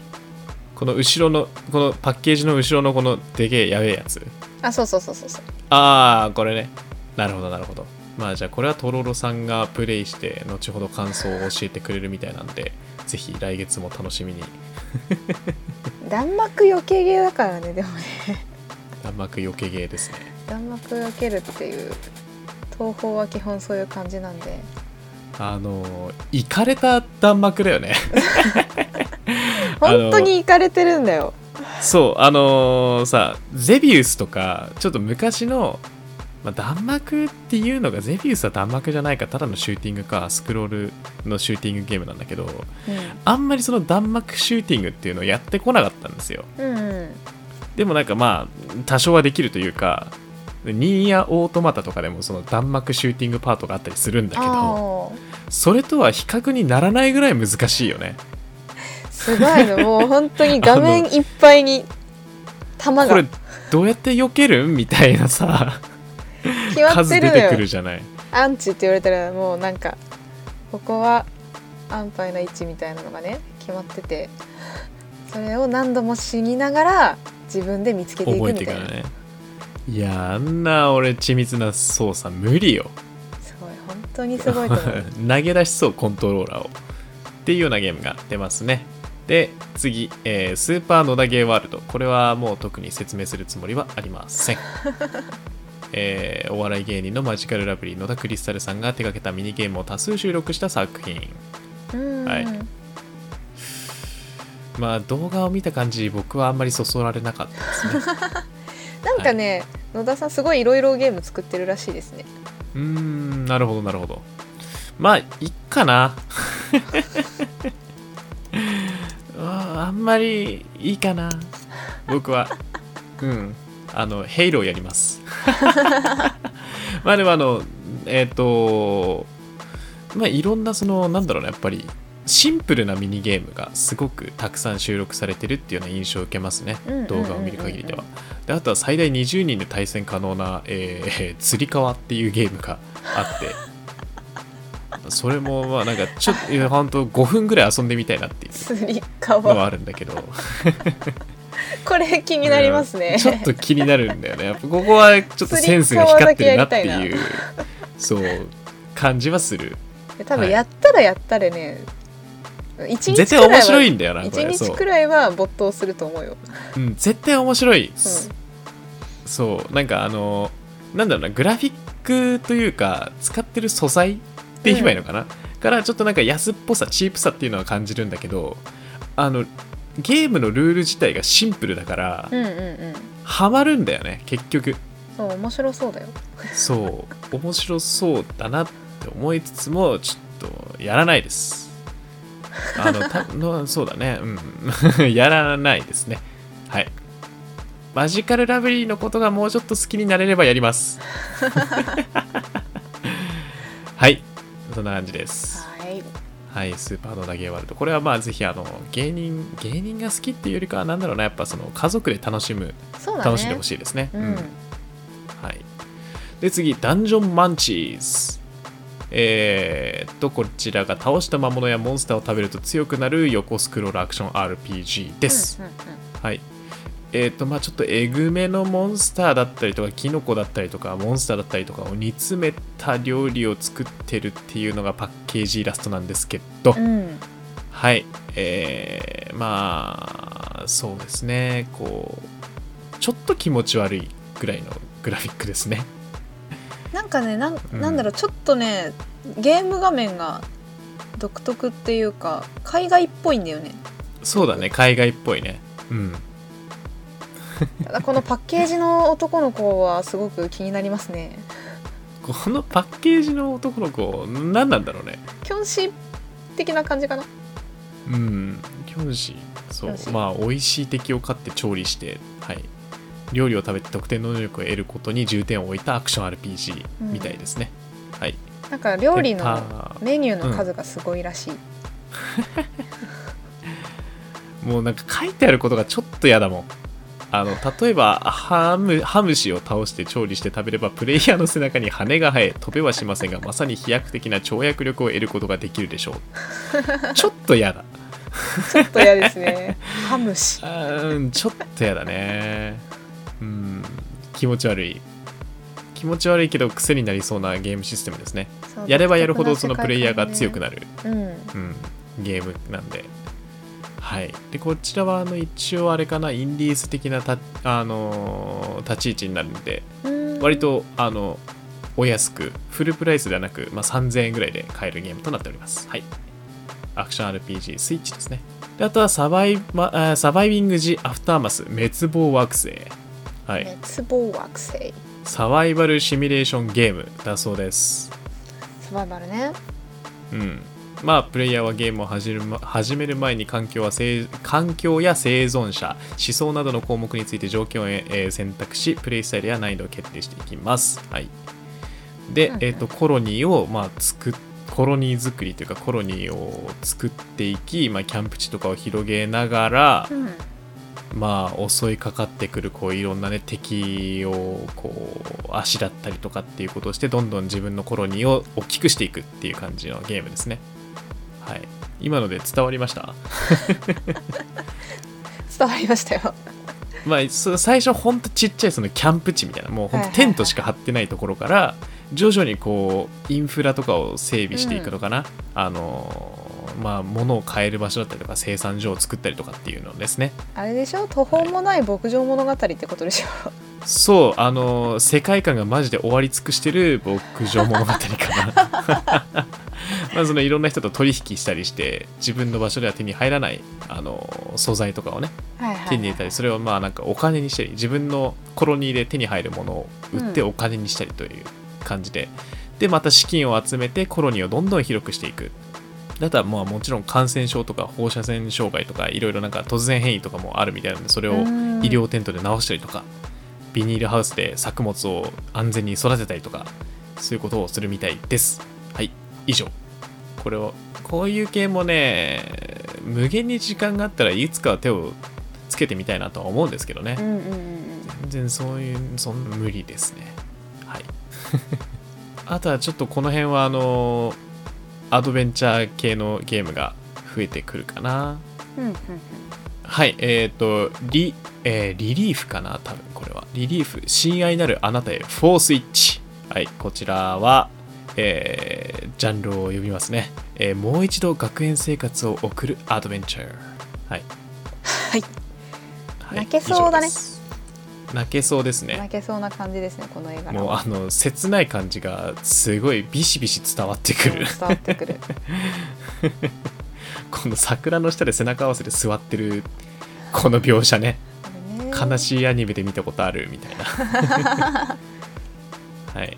Speaker 1: この後ろの、このパッケージの後ろのこのでけえやべえやつ。
Speaker 2: あそうそうそうそうそう
Speaker 1: ああ、これね。なるほど、なるほど。まあじゃあこれはとろろさんがプレイして後ほど感想を教えてくれるみたいなんでぜひ来月も楽しみに
Speaker 2: 弾幕避けゲーだからねでもね
Speaker 1: 弾幕よけゲーですね
Speaker 2: 弾幕避けるっていう東宝は基本そういう感じなんで
Speaker 1: あのいかれた弾幕だよね [laughs] あの
Speaker 2: 本当に行かれてるんだよ
Speaker 1: そうあのさゼビウスとかちょっと昔の、まあ、弾幕っていうのがゼビウスは弾幕じゃないかただのシューティングかスクロールのシューティングゲームなんだけどあんまりその弾幕シューティングっていうのをやってこなかったんですよ
Speaker 2: うん、うん
Speaker 1: でもなんかまあ多少はできるというかニーヤオートマタとかでもその弾幕シューティングパートがあったりするんだけど
Speaker 2: あ
Speaker 1: それとは比較にならないぐらい難しいよね
Speaker 2: あすごいのもう本当に画面いっぱいに弾
Speaker 1: こ
Speaker 2: が
Speaker 1: れどうやって避けるみたいなさ
Speaker 2: 決まっ
Speaker 1: 数
Speaker 2: て
Speaker 1: 出
Speaker 2: るの
Speaker 1: てくる
Speaker 2: よ
Speaker 1: じゃない
Speaker 2: アンチって言われたらもうなんかここは安牌な位置みたいなのがね決まっててそれを何度も死にながら自分で見つけていく
Speaker 1: 覚え
Speaker 2: み
Speaker 1: て
Speaker 2: た
Speaker 1: か
Speaker 2: い
Speaker 1: ら
Speaker 2: な
Speaker 1: ねいやあんな俺緻密な操作無理よ
Speaker 2: すごい本当にすごいと思う
Speaker 1: [laughs] 投げ出しそうコントローラーをっていうようなゲームが出ますねで次、えースーパー野田ゲーワールドこれはもう特に説明するつもりはありません [laughs] えーお笑い芸人のマジカルラブリー野田クリスタルさんが手掛けたミニゲームを多数収録した作品
Speaker 2: うん、
Speaker 1: はいまあ動画を見た感じ僕はあんまりそそられなかったですね
Speaker 2: なんかね、野田さんすごいいろいろゲーム作ってるらしいですね [laughs]
Speaker 1: うーんなるほどなるほどまあいっかな [laughs] うんあんまりいいかな僕はうんあのヘイローやります [laughs] まあでもあのえっ、とまあいろんなそのなんだろうなやっぱりシンプルなミニゲームがすごくたくさん収録されてるっていうような印象を受けますね
Speaker 2: うんうんうんうんう
Speaker 1: 動
Speaker 2: ん
Speaker 1: 画を見る限りではであとは最大20人で対戦可能な、えー [laughs] 釣り革っていうゲームがあって [laughs] それもまあなんかちょっといや本当5分ぐらい遊んでみたいなっていう
Speaker 2: スリカ
Speaker 1: のは
Speaker 2: は
Speaker 1: あるんだけど
Speaker 2: これ気になりますね
Speaker 1: うんちょっと気になるんだよねやっぱここはちょっとセンスが光ってるなっていうそう感じはする
Speaker 2: [laughs] 多
Speaker 1: は
Speaker 2: 分
Speaker 1: い
Speaker 2: やったらやったらね、一
Speaker 1: 絶
Speaker 2: 日
Speaker 1: 対
Speaker 2: くら
Speaker 1: 面
Speaker 2: い
Speaker 1: 白い
Speaker 2: は
Speaker 1: んだよなこ
Speaker 2: 一
Speaker 1: れ
Speaker 2: 日
Speaker 1: そう
Speaker 2: く、らいは没頭すると思うよ、
Speaker 1: うん、絶対面白い、
Speaker 2: うん
Speaker 1: そうなんかあのなんだろうなグラフィックというか使ってる素材って言えばいいのかな、からちょっとなんか安っぽさチープさっていうのは感じるんだけどあのゲームのルール自体がシンプルだから、
Speaker 2: うんうんうん
Speaker 1: ハマるんだよね結局
Speaker 2: そう面白そうだよ
Speaker 1: そう面白そうだなって思いつつもちょっとやらないですあのたのそうだねうん [laughs] やらないですねはいマジカルラブリーのことがもうちょっと好きになれればやります
Speaker 2: [laughs]
Speaker 1: はいそんな感じです
Speaker 2: はい
Speaker 1: はいスーパーのダゲーワールドこれはまあぜひあの芸人芸人が好きっていうよりかはなんだろうなやっぱその家族で楽しむ
Speaker 2: そうだね
Speaker 1: 楽しんでほしいですね
Speaker 2: うん、
Speaker 1: うんはい、で次ダンジョンマンチーズえーっとこちらが倒した魔物やモンスターを食べると強くなる横スクロールアクション RPG です、
Speaker 2: うんうん
Speaker 1: はいえーっとまあちょっとえぐめのモンスターだったりとかキノコだったりとかモンスターだったりとかを煮詰めた料理を作ってるっていうのがパッケージイラストなんですけど、
Speaker 2: うんうん
Speaker 1: はい、えー、まあそうですねこうちょっと気持ち悪いぐらいのグラフィックですね
Speaker 2: なんかねなん
Speaker 1: うん
Speaker 2: なんだろうちょっとねゲーム画面が独特っていうか海外っぽいんだよね
Speaker 1: そうだね海外っぽいねうん
Speaker 2: ただこのパッケージの男の子はすごく気になりますね
Speaker 1: このパッケージの男の子何なんだろうね
Speaker 2: キョンシー的な感じかな
Speaker 1: うん教師そう
Speaker 2: 教師
Speaker 1: まあ美味しい敵を飼って調理してはい料理を食べて得点能力を得ることに重点を置いたアクション RPG
Speaker 2: うん
Speaker 1: みたいですね、はい
Speaker 2: なんか料理
Speaker 1: で
Speaker 2: の
Speaker 1: パー
Speaker 2: メニューの数がすごいらしい、
Speaker 1: もうなんか書いてあることがちょっと嫌だもんあの例えばハムハムシを倒して調理して食べればプレイヤーの背中に羽が生え飛べはしませんがまさに飛躍的な跳躍力を得ることができるでしょうちょっと嫌だ
Speaker 2: ちょっと嫌で
Speaker 1: [laughs]
Speaker 2: すねハムシ
Speaker 1: あーうんちょっとやだねうん気持ち悪い気持ち悪いけど癖になりそうなゲームシステムですねやればやるほどそのプレイヤーが強く
Speaker 2: な
Speaker 1: なる、
Speaker 2: る、う
Speaker 1: う
Speaker 2: ん
Speaker 1: ん、ゲームなんではいでこちらはあの一応あれかなインディーズ的なた、あのー立ち位置になるんで
Speaker 2: うん
Speaker 1: 割とあのお安くフルプライスではなく、まあ、3000円ぐらいで買えるゲームとなっておりますはいアクション RPG スイッチですねであとはサバイバ、あーサバイビング時アフターマス滅亡惑星はい
Speaker 2: 滅亡惑星
Speaker 1: サバイバルシミュレーションゲームだそうです
Speaker 2: サバイバルね
Speaker 1: うんまあプレイヤーはゲームを始めるま始める前に環境は生環境や生存者思想などの項目について条件を、えー選択しプレイスタイルや難易度を決定していきます、はい、で
Speaker 2: うんう、ん
Speaker 1: えー、とコロニーを、まあ、作っコロニー作りというかコロニーを作っていき、まあ、キャンプ地とかを広げながら、
Speaker 2: うん
Speaker 1: まあ、襲いかかってくるこういろんな、ね、敵をこうあしらったりとかっていうことをしてどんどん自分のコロニーを大きくしていくっていう感じのゲームですね。はい、今ので伝わりました、
Speaker 2: 伝わりましたよ
Speaker 1: まあ、そ最初ほんとちっちゃいそのキャンプ地みたいなもうほん
Speaker 2: はいはいは
Speaker 1: と
Speaker 2: い
Speaker 1: テントしか張ってないところから徐々にこうインフラとかを整備していくのかな、あのーまあ物を買える場所だったりとか生産所を作ったりとかっていうのですね
Speaker 2: あれでしょ途方もない牧場物語ってことでしょ
Speaker 1: そうあの世界観がマジで終わり尽くしてる牧場物語かなまあそのいろんな人と取引したりして自分の場所では手に入らないあの素材とかをね
Speaker 2: はいはいはい
Speaker 1: 手に入れたりそれをまあなんかお金にしたり自分のコロニーで手に入るものを売って
Speaker 2: うん
Speaker 1: お金にしたりという感じで、でまた資金を集めてコロニーをどんどん広くしていくあとはまあもちろん感染症とか放射線障害とかいろいろなんか突然変異とかもあるみたいなのでそれを
Speaker 2: うん
Speaker 1: 医療テントで治したりとかビニールハウスで作物を安全に育てたりとかそういうことをするみたいですはい以上これをこういう系もね無限に時間があったらいつかは手をつけてみたいなとは思うんですけどね、
Speaker 2: うんうんうんうん
Speaker 1: 全然そういうそんな無理ですね
Speaker 2: [laughs]
Speaker 1: はいあとはちょっとこの辺はあのアドベンチャー系のゲームが増えてくるかな
Speaker 2: うんうん
Speaker 1: はいえっ、とリ,、えーリリーフかな多分これはリリーフ親愛なるあなたへフォースイッチはいこちらはえージャンルを呼びますね、えーもう一度学園生活を送るアドベンチャーはい
Speaker 2: はい
Speaker 1: は
Speaker 2: 泣けそうだ
Speaker 1: 以上
Speaker 2: ね
Speaker 1: です泣けそうですね
Speaker 2: 泣けそうな感じですねこの映画
Speaker 1: もうあの切ない感じがすごいビシビシ伝わってくる
Speaker 2: 伝わってくる
Speaker 1: [laughs] この桜の下で背中合わせで座ってるこの描写ね
Speaker 2: あれね
Speaker 1: 悲しいアニメで見たことあるみたいなはい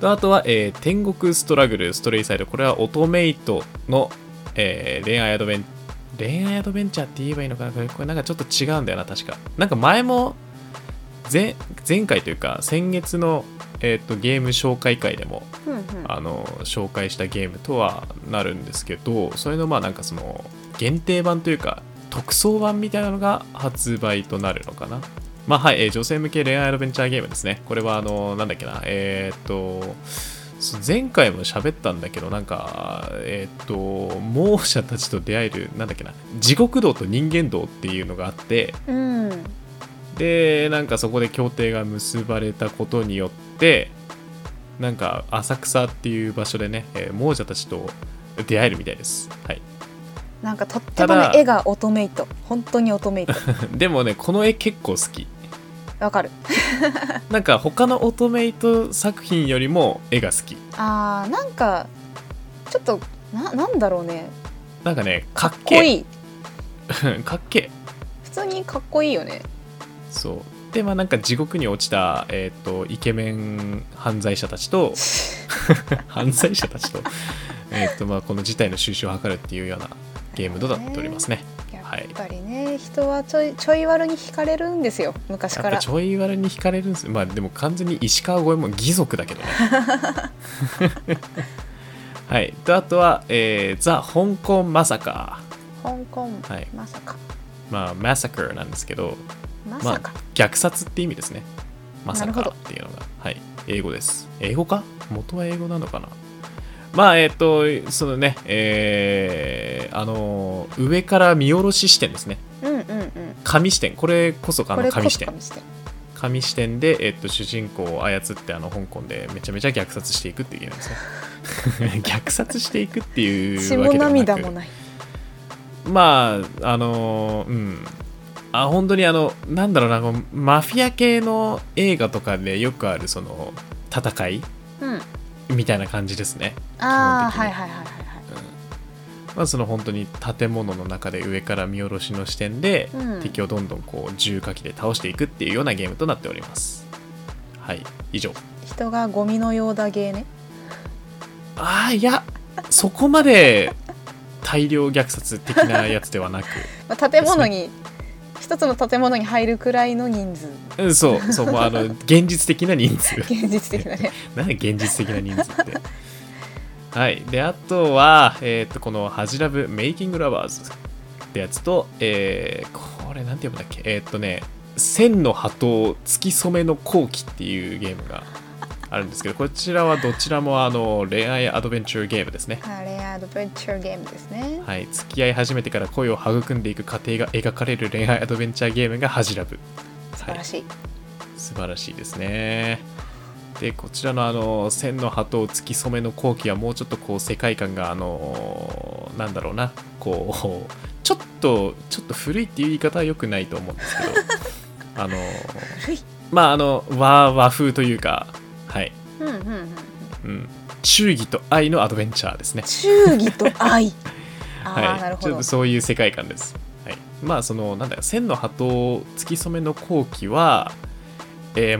Speaker 1: とあとは、えー天国ストラグルストレイサイド」これはオトメイトの、えー恋愛アドベン恋愛アドベンチャーって言えばいいのかなこれこれなんかちょっと違うんだよな確かなんか前も前前回というか先月の、えー、とゲーム紹介会でも
Speaker 2: うんうん
Speaker 1: あの紹介したゲームとはなるんですけどそれのまあなんかその限定版というか特装版みたいなのが発売となるのかなまあはい、えー女性向け恋愛アドベンチャーゲームですねこれはあのなんだっけなえーっとそう前回も喋ったんだけどなんかえーっと猛者たちと出会えるなんだっけな地獄道と人間道っていうのがあって
Speaker 2: うん
Speaker 1: でなんかそこで協定が結ばれたことによってなんか浅草っていう場所でね、えー亡者たちと出会えるみたいです、はい、 [laughs]
Speaker 2: なんかとってもね
Speaker 1: ただ
Speaker 2: 絵がオトメイト本当にオト
Speaker 1: [laughs]
Speaker 2: メイト
Speaker 1: でもねこの絵結構好き
Speaker 2: わかる
Speaker 1: なんか他のオトメイト作品よりも絵が好き
Speaker 2: あーなんかちょっとななんだろうね
Speaker 1: なんかねかっけ
Speaker 2: 濃
Speaker 1: え
Speaker 2: いい
Speaker 1: [laughs] かっけえ
Speaker 2: 普通にかっこいいよね
Speaker 1: そうでまあなんか地獄に落ちた、えー、とイケメン犯罪者たちと犯罪者たちとえーと、まあ、この事態の収拾を図るっていうようなゲームとなっておりますね
Speaker 2: や
Speaker 1: はい
Speaker 2: っぱりね、人はちょいちょい悪に惹かれるんですよ昔
Speaker 1: や
Speaker 2: か
Speaker 1: っ
Speaker 2: ら
Speaker 1: ぱちょい悪に惹かれるんですまあでも完全に石川越えも義足だけど
Speaker 2: [laughs]
Speaker 1: ねはいとあとは、えーザ・香港マサカ
Speaker 2: 香港、
Speaker 1: はい
Speaker 2: まさか
Speaker 1: まあマサカーなんですけど
Speaker 2: ま
Speaker 1: ま
Speaker 2: さか
Speaker 1: あ、虐殺って意味ですねマサ
Speaker 2: な
Speaker 1: カ
Speaker 2: るほ
Speaker 1: ー
Speaker 2: ど
Speaker 1: っていうのがはい英語です英語か元は英語なのかなまあえっ、とそのねえーあのー上から見下ろし視点ですね
Speaker 2: うんうんうん
Speaker 1: 紙視点これこそがあの紙視
Speaker 2: こ
Speaker 1: 点
Speaker 2: そ紙視点
Speaker 1: 紙視点で、えっと、主人公を操ってあの香港でめちゃめちゃ虐殺していくっていうゲームです
Speaker 2: [laughs]
Speaker 1: ね虐殺していくっていうわ
Speaker 2: 血
Speaker 1: け
Speaker 2: も
Speaker 1: ではな
Speaker 2: 涙
Speaker 1: く
Speaker 2: もない
Speaker 1: まああのうんあ本当にあのなんだろうなこのマフィア系の映画とかでよくあるその戦い
Speaker 2: うん
Speaker 1: みたいな感じですね、
Speaker 2: ああ
Speaker 1: 基本的に
Speaker 2: はいはいはいはいはい
Speaker 1: まあ、その本当に建物の中で上から見下ろしの視点で、
Speaker 2: うん
Speaker 1: 敵をどんどんこう重火器で倒していくっていうようなゲームとなっておりますはい以上
Speaker 2: 人がゴミのようだゲーね
Speaker 1: ああいやそこまで大量虐殺的なやつではなく [laughs]
Speaker 2: まあ建物に一つの建物に入るくらいの人数
Speaker 1: うんそうそうもうあの現実的な人数
Speaker 2: 現実的
Speaker 1: [laughs]
Speaker 2: なね
Speaker 1: なんで現実的な人数ってはいであとは、えー、とこの「ハジラブメイキングラバーズ」ってやつと、えーこれなんて読むんだっけえーっ、とね「千の波頭月染めの後期」っていうゲームがあるんですけどこちらはどちらもあの恋愛アドベンチャーゲームですね
Speaker 2: あれアドベンチャーゲームですね
Speaker 1: はい、付き合い始めてから恋を育んでいく過程が描かれる恋愛アドベンチャーゲームが「恥じらぶ」
Speaker 2: 素晴らしい、
Speaker 1: 素晴らしいですねでこちらのあの「千の鳩を突き染めの後期」はもうちょっとこう世界観があのなんだろうなこう [laughs] ちょっとちょっと古いっていう言い方は良くないと思うんですけど
Speaker 2: [laughs]
Speaker 1: あの
Speaker 2: 古い
Speaker 1: まああの和和風というかはい、
Speaker 2: うんうんうんうん
Speaker 1: うん、忠義と愛のアドベンチャーですね
Speaker 2: 忠義と
Speaker 1: [laughs]
Speaker 2: 愛ああ、
Speaker 1: はい、
Speaker 2: なるほ
Speaker 1: ちょっ
Speaker 2: ど
Speaker 1: とそういう世界観です。はい、まあそのなんだよ千の波頭月染めの後期は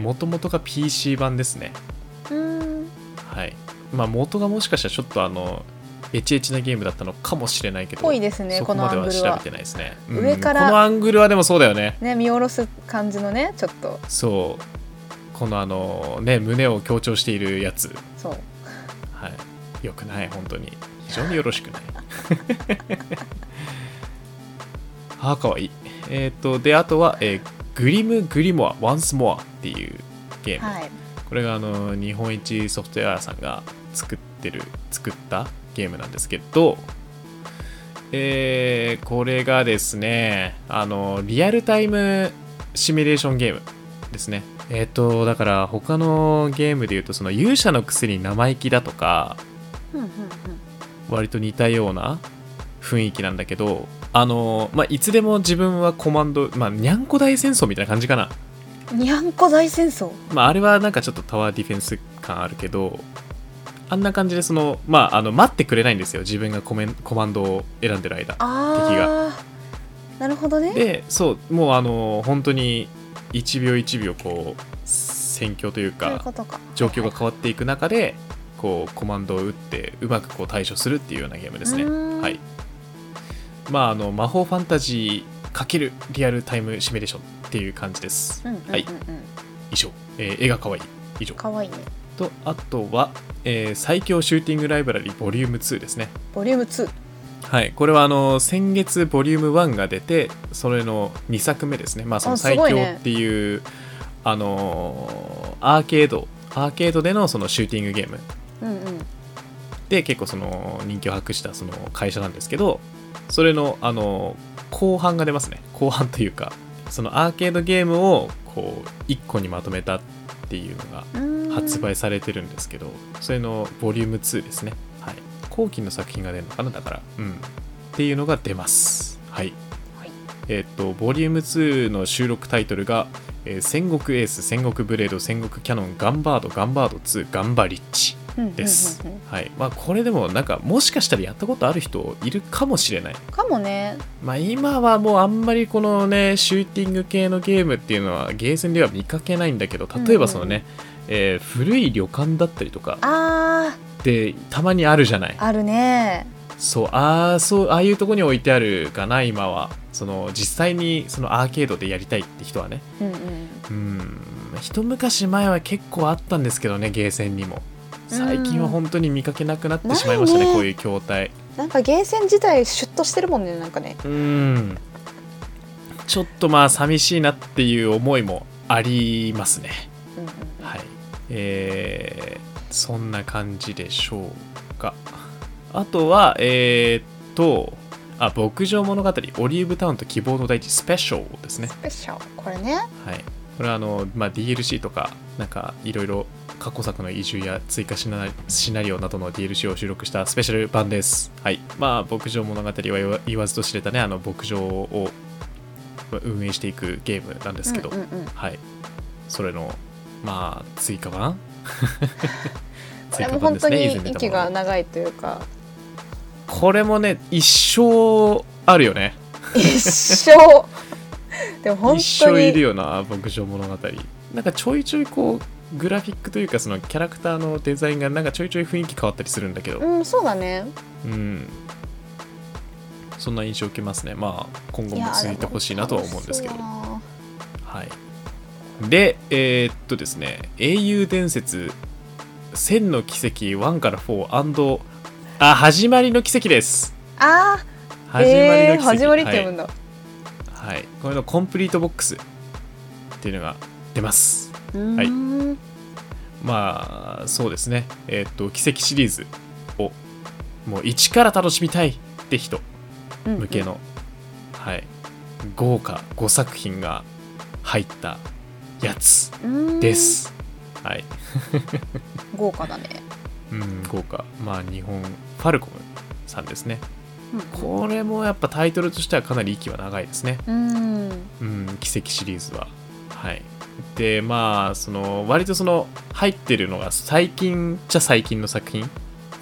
Speaker 1: もともとが PC 版ですね。
Speaker 2: うーん
Speaker 1: はいまあ、元がもしかしたらちょっとあのエチエチなゲームだったのかもしれないけど
Speaker 2: ぽいですね
Speaker 1: そ
Speaker 2: こ
Speaker 1: こ
Speaker 2: の
Speaker 1: ま
Speaker 2: ア
Speaker 1: で
Speaker 2: ン
Speaker 1: は
Speaker 2: グル
Speaker 1: 調べ
Speaker 2: は
Speaker 1: てないですね。
Speaker 2: 上から
Speaker 1: うんこのアングルはでもそうだよね。
Speaker 2: ね見下ろす感じのねちょっと
Speaker 1: そうこのあのね胸を強調しているやつ
Speaker 2: そう
Speaker 1: はいよくない本当に非常によろしくない [laughs] ああかわいいえっ、とであとは、えーグリムグリモアワンスモアっていうゲーム、
Speaker 2: はい
Speaker 1: これがあの日本一ソフトウェアさんが作ってる作ったゲームなんですけど、えーこれがですねあのリアルタイムシミュレーションゲームですねえっ、とだから他のゲームで言うとその勇者のくせに生意気だとか
Speaker 2: うんうんうん
Speaker 1: 割と似たような雰囲気なんだけどあの、まあ、いつでも自分はコマンド、まあ、にゃんこ大戦争みたいな感じかな
Speaker 2: にゃんこ大戦争
Speaker 1: まあ、あれはなんかちょっとタワーディフェンス感あるけどあんな感じでその、まあ、あの待ってくれないんですよ自分がコメンコマンドを選んでる間敵
Speaker 2: ああなるほどね
Speaker 1: でそうもうあの本当に1秒1秒こう戦況という
Speaker 2: そういう
Speaker 1: か
Speaker 2: ことか
Speaker 1: 状況が変わ
Speaker 2: っ
Speaker 1: っていく中でこうコマンドを打ってうまくこう対処するっていうようなゲームですね
Speaker 2: うーん
Speaker 1: はいまああの魔法ファンタジー×リアルタイムシミュレーションっていう感じです
Speaker 2: うんうんうん、
Speaker 1: はい以上、えー絵が可愛い以上
Speaker 2: かわいいね
Speaker 1: とあとは、えー最強シューティングライブラリボリューム2ですね
Speaker 2: ボリューム2
Speaker 1: はいこれはあの先月ボリューム1が出てそれの2作目ですねまあその
Speaker 2: あす
Speaker 1: 最
Speaker 2: ごい
Speaker 1: 強
Speaker 2: ね
Speaker 1: っていうあのーアーケードアーケードでのそのシューティングゲーム
Speaker 2: うんうん
Speaker 1: で結構その人気を博したその会社なんですけどそれのあの後半が出ますね後半というかそのアーケードゲームをこう1個にまとめたっていうのが
Speaker 2: うーん
Speaker 1: 発売されてるんですけど、それのボリューム2ですね、はい、後期の作品が出るのかなだからうんっていうのが出ますはい、
Speaker 2: はい
Speaker 1: えっとボリューム2の収録タイトルが「えー戦国エース戦国ブレード戦国キャノンガンバードガンバード2ガンバリッチ」
Speaker 2: うんうんうんうん
Speaker 1: です、はいまあこれでもなんかもしかしたらやったことある人いるかもしれない
Speaker 2: かもね
Speaker 1: まあ今はもうあんまりこのねシューティング系のゲームっていうのはゲーセンでは見かけないんだけど例えばそのね、えー古い旅館だったりとか
Speaker 2: あ
Speaker 1: ってたまにあるじゃない
Speaker 2: ーあるね
Speaker 1: そうああそうああいうとこに置いてあるかな今はその実際にそのアーケードでやりたいって人はね
Speaker 2: うんうん
Speaker 1: うん一昔前は結構あったんですけどねゲーセンにも最近は本当に見かけなくなってしまいましたね
Speaker 2: ないね
Speaker 1: こういう筐体
Speaker 2: なんかゲーセン自体シュッとしてるもんねなんかね
Speaker 1: うんちょっとまあ寂しいなっていう思いもありますね
Speaker 2: うんうん
Speaker 1: はいえーそんな感じでしょうかあとはえーっとあ牧場物語オリーブタウンと希望の大地スペシャルですね
Speaker 2: スペシャルこれね
Speaker 1: はいこれはあの、まあ、DLC とかなんかいろいろ過去作の移住や追加シナシナリオなどの DLC を収録したスペシャル版です。はい。まあ、牧場物語は言わ言わずと知れたね、あの牧場をまあ運営していくゲームなんですけど、
Speaker 2: うんうんうん
Speaker 1: はい。それの、まあ、追加
Speaker 2: [laughs]
Speaker 1: 版
Speaker 2: これも本当に
Speaker 1: 以前出た
Speaker 2: 息
Speaker 1: もの
Speaker 2: が長いという [laughs] か
Speaker 1: これもね、一生あるよね。
Speaker 2: 一生でも本
Speaker 1: 一
Speaker 2: 当
Speaker 1: 生いる
Speaker 2: に
Speaker 1: よな牧場物語なんかちょいちょいこうグラフィックというかそのキャラクターのデザインがなんかちょいちょい雰囲気変わったりするんだけど
Speaker 2: うんそうだね
Speaker 1: うんそんな印象を受けますねまあ今後も続いてほしいなとは思うんですけど
Speaker 2: いやでも楽し
Speaker 1: はいでえーっとですね「英雄伝説千の奇跡1から4あ始まりの奇跡です
Speaker 2: そうだなあー
Speaker 1: 始まりの
Speaker 2: え
Speaker 1: 奇跡、
Speaker 2: ー始まりって読むんだ、
Speaker 1: はい、はい、これのコンプリートボックスっていうのが出ます
Speaker 2: うーん
Speaker 1: はいまあそうですねえーっと奇跡シリーズをもう一から楽しみたいって人
Speaker 2: うんうん
Speaker 1: 向けの、はい豪華5作品が入ったやつ
Speaker 2: うーん
Speaker 1: です、はい
Speaker 2: 豪華だね、
Speaker 1: うん豪華まあ日本ファルコムさんですね
Speaker 2: うん
Speaker 1: これもやっぱタイトルとしてはかなり息は長いですね
Speaker 2: うん
Speaker 1: うん奇跡シリーズははいでまあその割とその入ってるのが最近じゃ最近の作品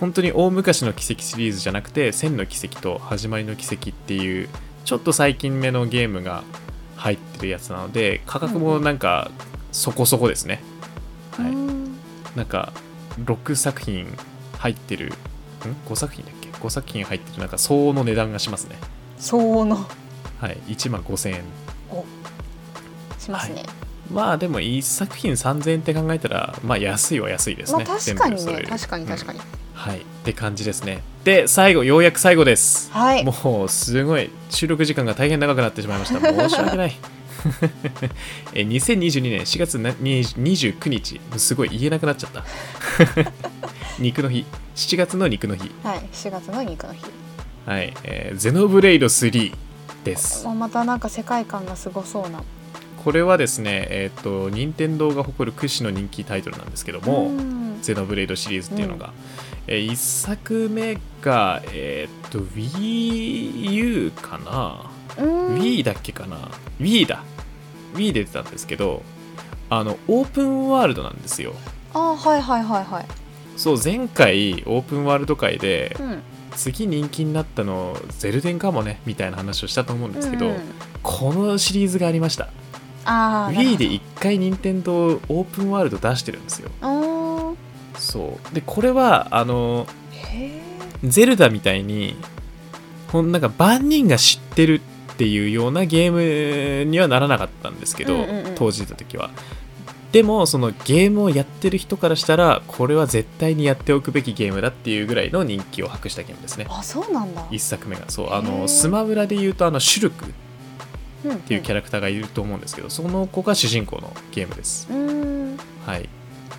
Speaker 1: 本当に大昔の奇跡シリーズじゃなくて「千の奇跡」と「始まりの奇跡」っていうちょっと最近目のゲームが入ってるやつなので価格もなんかそこそこですね、は
Speaker 2: う
Speaker 1: い
Speaker 2: ん
Speaker 1: なんか6作品入ってるん5作品だっけ5作品入ってるなんか相応の値段がしますね
Speaker 2: 相応の
Speaker 1: はい1万5000円
Speaker 2: しますね、
Speaker 1: まあでも1作品3000円って考えたらまあ安いは安いです
Speaker 2: ま
Speaker 1: ね、
Speaker 2: あ確か
Speaker 1: 全部
Speaker 2: にね
Speaker 1: 揃える
Speaker 2: 確かに確かに、
Speaker 1: はいって感じですねで最後ようやく最後です、
Speaker 2: はい
Speaker 1: もうすごい収録時間が大変長くなってしまいました申し訳ない [laughs] え2022年4月なに29日すごい言えなくなっちゃった [laughs] 肉の日7月の肉の日
Speaker 2: はい4月の肉の日
Speaker 1: はい、えーゼノブレイド3です
Speaker 2: もうまたなんか世界観がすごそうな
Speaker 1: これはですねえっ、と任天堂が誇る屈指の人気タイトルなんですけども、
Speaker 2: ん
Speaker 1: ゼノブレイドシリーズっていうのが、え1作目が、えーっと WiiU かな、
Speaker 2: うん
Speaker 1: Wii だっけかな Wii だ Wii で出たんですけどあのオープンワールドなんですよ
Speaker 2: あはいはいはいはい
Speaker 1: そう前回オープンワールド界で
Speaker 2: うん
Speaker 1: 次人気になったのゼルデンかもねみたいな話をしたと思うんですけど、
Speaker 2: うんうん
Speaker 1: このシリーズがありました
Speaker 2: ああ
Speaker 1: Wii で1回任天堂オープンワールド出してるんですよ
Speaker 2: うん
Speaker 1: そうでこれはあの
Speaker 2: へえ
Speaker 1: ゼルダみたいにほんなんか万人が知ってるっていうようなゲームにはならなかったんですけど、
Speaker 2: うんうんうん
Speaker 1: 当時出た時はでもそのゲームをやってる人からしたらこれは絶対にやっておくべきゲームだっていうぐらいの人気を博したゲームですね
Speaker 2: あそうなんだ
Speaker 1: 1作目がそうあ
Speaker 2: へー
Speaker 1: のスマブラで言うとあのシュルクっ
Speaker 2: って
Speaker 1: いうキャラクターがいると思うんですけど、その子が主人公のゲームです
Speaker 2: うん
Speaker 1: はい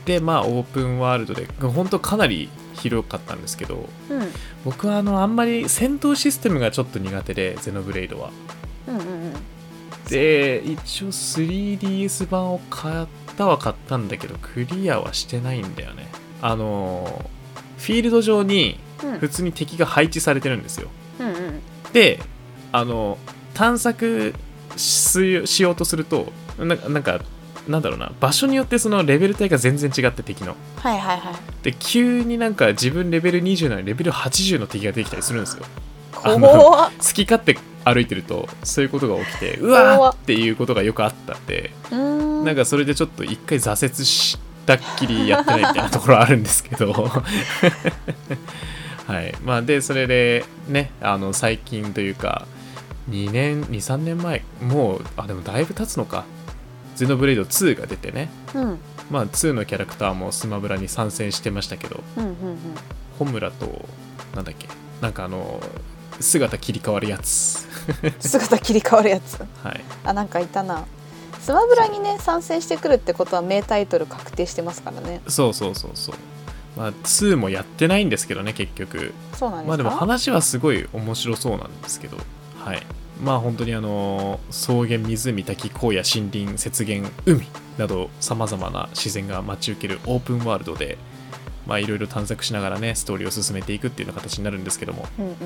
Speaker 1: でまあオープンワールドで本当かなり広かったんですけど
Speaker 2: うんうん
Speaker 1: 僕はあのあんまり戦闘システムがちょっと苦手でゼノブレイドは
Speaker 2: うんうん
Speaker 1: で一応 3DS 版を買ったは買ったんだけどクリアはしてないんだよねあのフィールド上に
Speaker 2: うん
Speaker 1: 普通に敵が配置されてるんですよ
Speaker 2: うんうん
Speaker 1: であの探索ししようとするとなんかなんかなんだろうな場所によってそのレベル帯が全然違って敵の
Speaker 2: はいはいはい
Speaker 1: で急になんか自分レベル20なのにレベル80の敵ができたりするんですよあの
Speaker 2: 怖っ
Speaker 1: 好き勝手歩いてるとそういうことが起きてう
Speaker 2: 怖
Speaker 1: わ
Speaker 2: っ
Speaker 1: ーっていうことがよくあったんで
Speaker 2: うん
Speaker 1: なんかそれでちょっと一回挫折したっきりやってないみたいなところはあるんですけど [laughs] はいまあでそれでねあの最近というか2年23年前もうあでもだいぶ経つのか「ゼノブレイド2」が出てね
Speaker 2: うんうん
Speaker 1: まあ2のキャラクターもスマブラに参戦してましたけど
Speaker 2: うんうん
Speaker 1: ホムラとなんだっけなんかあの姿切り替わるやつ [laughs]
Speaker 2: 姿切り替わるやつ
Speaker 1: はい
Speaker 2: あなんかいたなスマブラにね参戦してくるってことは名タイトル確定してますからね
Speaker 1: そうそうそうそう。まあ、2もやってないんですけどね、結局。
Speaker 2: そうなんですか
Speaker 1: まあでも話はすごい面白そうなんですけど、はい。まあ本当にあのー草原、湖、滝、荒野、森林、雪原、海など様々な自然が待ち受けるオープンワールドで、まあいろいろ探索しながらね、ストーリーを進めていくっていうような形になるんですけども、
Speaker 2: うんうんうん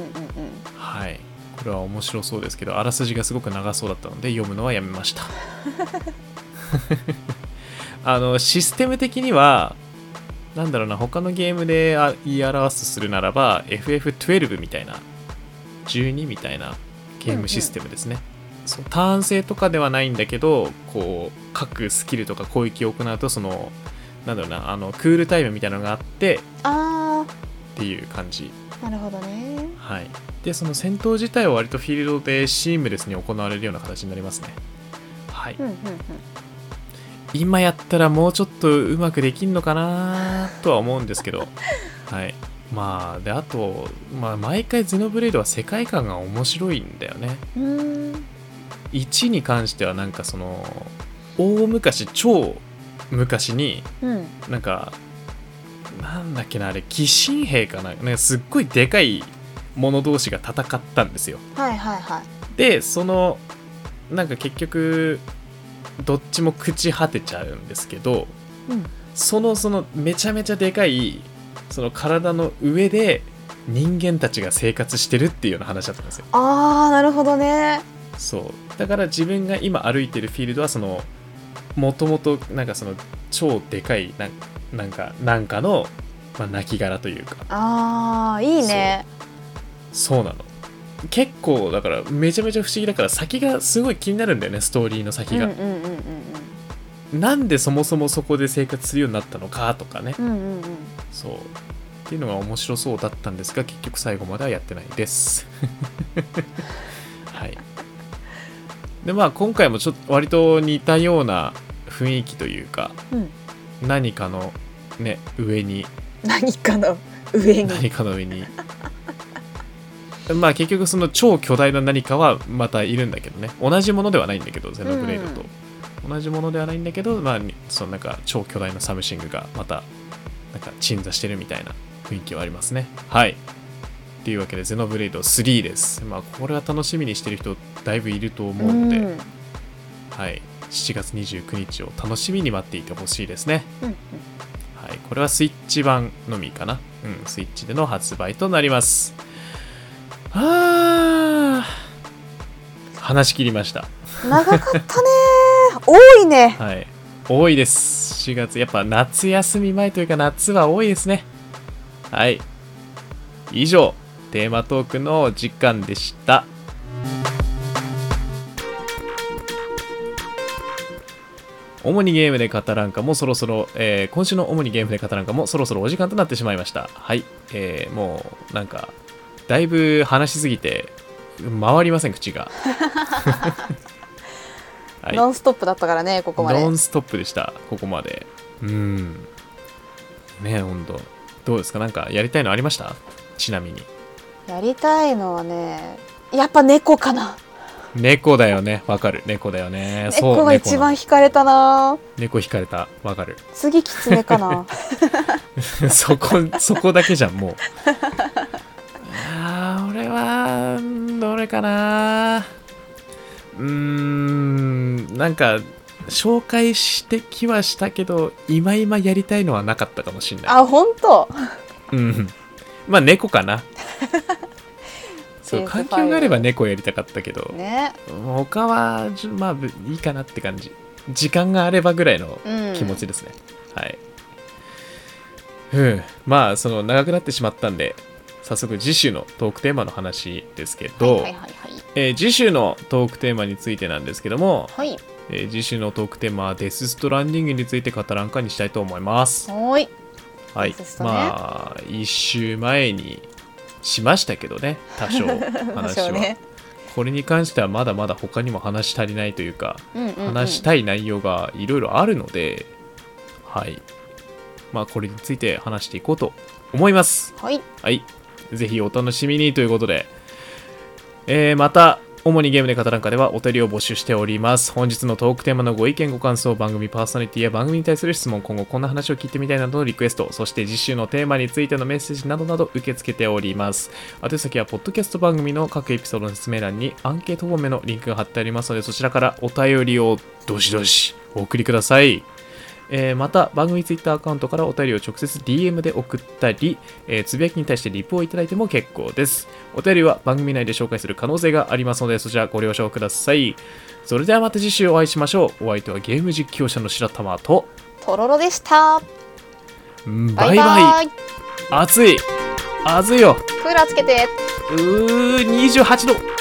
Speaker 1: はい。これは面白そうですけど、あらすじがすごく長そうだったので、読むのはやめました。 [laughs] あの、システム的には、なんだろうな、他のゲームであ言い表すとするならば、FF12 みたいな、12みたいなゲームシステムですね。そうターン制とかではないんだけど、こう、各スキルとか攻撃を行うと、その、なんだろうな、あの、クールタイムみたいなのがあって
Speaker 2: うんあ
Speaker 1: っていう感じ
Speaker 2: ーなるほどね
Speaker 1: はい、でその戦闘自体は割とフィールドでシームレスに行われるような形になりますね、はい
Speaker 2: うんうん
Speaker 1: 今やったらもうちょっとうまくできんのかなとは思うんですけど、はい、まあであと、まあ、毎回ゼノブレイドは世界観が面白いんだよね
Speaker 2: うんうーん
Speaker 1: 1に関してはなんかその大昔超昔に
Speaker 2: うん
Speaker 1: なんかなんだっけなあれ鬼神兵かななんかすっごいでかい者同士が戦ったんですよ
Speaker 2: はいはいはい
Speaker 1: でそのなんか結局どっちも朽ち果てちゃうんですけど
Speaker 2: うん
Speaker 1: そのそのめちゃめちゃでかいその体の上で人間たちが生活してるっていうような話だったんですよ
Speaker 2: あーなるほどね
Speaker 1: そうだから自分が今歩いてるフィールドはそのもともとなんかその超でかいなんなんかなんかの、まあ、亡骸というか
Speaker 2: あーいいね
Speaker 1: そうなの結構だからめちゃめちゃ不思議だから先がすごい気になるんだよねストーリーの
Speaker 2: うん
Speaker 1: 先
Speaker 2: うん
Speaker 1: が、
Speaker 2: うんうんうん
Speaker 1: なんでそもそもそこで生活するようになったのかとかね
Speaker 2: うんうんうん
Speaker 1: そうっていうのが面白そうだったんですが結局最後まではやってないです [laughs] はいでまあ今回もちょっと割と似たような雰囲気というか
Speaker 2: うん、
Speaker 1: 何かのね上に
Speaker 2: 何かの上に
Speaker 1: 何かの上にまあ結局その超巨大な何かはまたいるんだけどね同じものではないんだけどゼノブレイドと、同じものではないんだけどまあそのなんか超巨大なサムシングがまたなんか鎮座してるみたいな雰囲気はありますねはいっていうわけでゼノブレイド3ですまあこれは楽しみにしてる人だいぶいると思うので、
Speaker 2: うん
Speaker 1: はい7月29日を楽しみに待っていてほしいですね
Speaker 2: うん
Speaker 1: はい、これはスイッチ版のみかな、うん、スイッチでの発売となりますはあ話し切りました
Speaker 2: うん、長かったねー多いね
Speaker 1: はい多いです4月やっぱ夏休み前というか夏は多いですねはい以上テーマトークの時間でした主にゲームで語らんかもそろそろ、えー今週の主にゲームで語らんかもそろそろお時間となってしまいましたはい、えーもうなんかだいぶ話しすぎて回りません口が、は
Speaker 2: ノンストップだったからねここまで
Speaker 1: ノンストップでしたここまでうんねえほんとどうですかなんかやりたいのありましたちなみに
Speaker 2: やりたいのはねやっぱ猫かな
Speaker 1: 猫だよねわかる猫だよねそう
Speaker 2: 猫が一番
Speaker 1: なの
Speaker 2: 惹かれたな
Speaker 1: 猫惹かれたわかる [laughs]
Speaker 2: 次キツネかな
Speaker 1: そこそこだけじゃんもうあー俺はうんどれかなうーんなんか紹介してきはしたけど今今やりたいのはなかったかもしれない
Speaker 2: あ本当
Speaker 1: うん。まあ、猫か
Speaker 2: [laughs]
Speaker 1: な。そう、
Speaker 2: チーズファ
Speaker 1: 環
Speaker 2: イル
Speaker 1: 境があれば猫をやりたかったけど、
Speaker 2: ね
Speaker 1: 他は、じゅまあ、ぶいいかなって感じ。時間があればぐらいの
Speaker 2: うん
Speaker 1: 気持ちですね。はい。うん。まあ、その、長くなってしまったんで、早速次週のトークテーマの話ですけど、
Speaker 2: はいはいはい
Speaker 1: えー次週のトークテーマについてなんですけども、
Speaker 2: はいはい
Speaker 1: えー次週のトークテーマはデス・ストランディングについて語らんかにしたいと思います。
Speaker 2: はーい
Speaker 1: はい
Speaker 2: そうです、ね
Speaker 1: まあ一週前にしましたけどね多
Speaker 2: [laughs]
Speaker 1: 少話は、
Speaker 2: 多少ね
Speaker 1: これに関してはまだまだ他にも話し足りないというか
Speaker 2: うんうんうん
Speaker 1: 話したい内容がいろいろあるので、はいまあこれについて話していこうと思います
Speaker 2: はい
Speaker 1: はいぜひお楽しみにということで、えーまた主にゲームで語らんかではお便りを募集しております。本日のトークテーマのご意見、ご感想、番組パーソナリティや番組に対する質問、今後こんな話を聞いてみたいなどのリクエスト、そして次週のテーマについてのメッセージなどなど受け付けております。宛先は、ポッドキャスト番組の各エピソードの説明欄にアンケートフォームへのリンクが貼ってありますので、そちらからお便りをどしどしお送りください。えーまた番組ツイッターアカウントからお便りを直接 DM で送ったり、えーつぶやきに対してリプをいただいても結構ですお便りは番組内で紹介する可能性がありますのでそちらご了承くださいそれではまた次週お会いしましょうお相手はゲーム実況者の白玉と
Speaker 2: とろろでした
Speaker 1: うんバ
Speaker 2: バ
Speaker 1: イ
Speaker 2: イ
Speaker 1: バ
Speaker 2: バ
Speaker 1: イ
Speaker 2: イ
Speaker 1: 暑い暑いよ
Speaker 2: クーラーつけて
Speaker 1: うー28度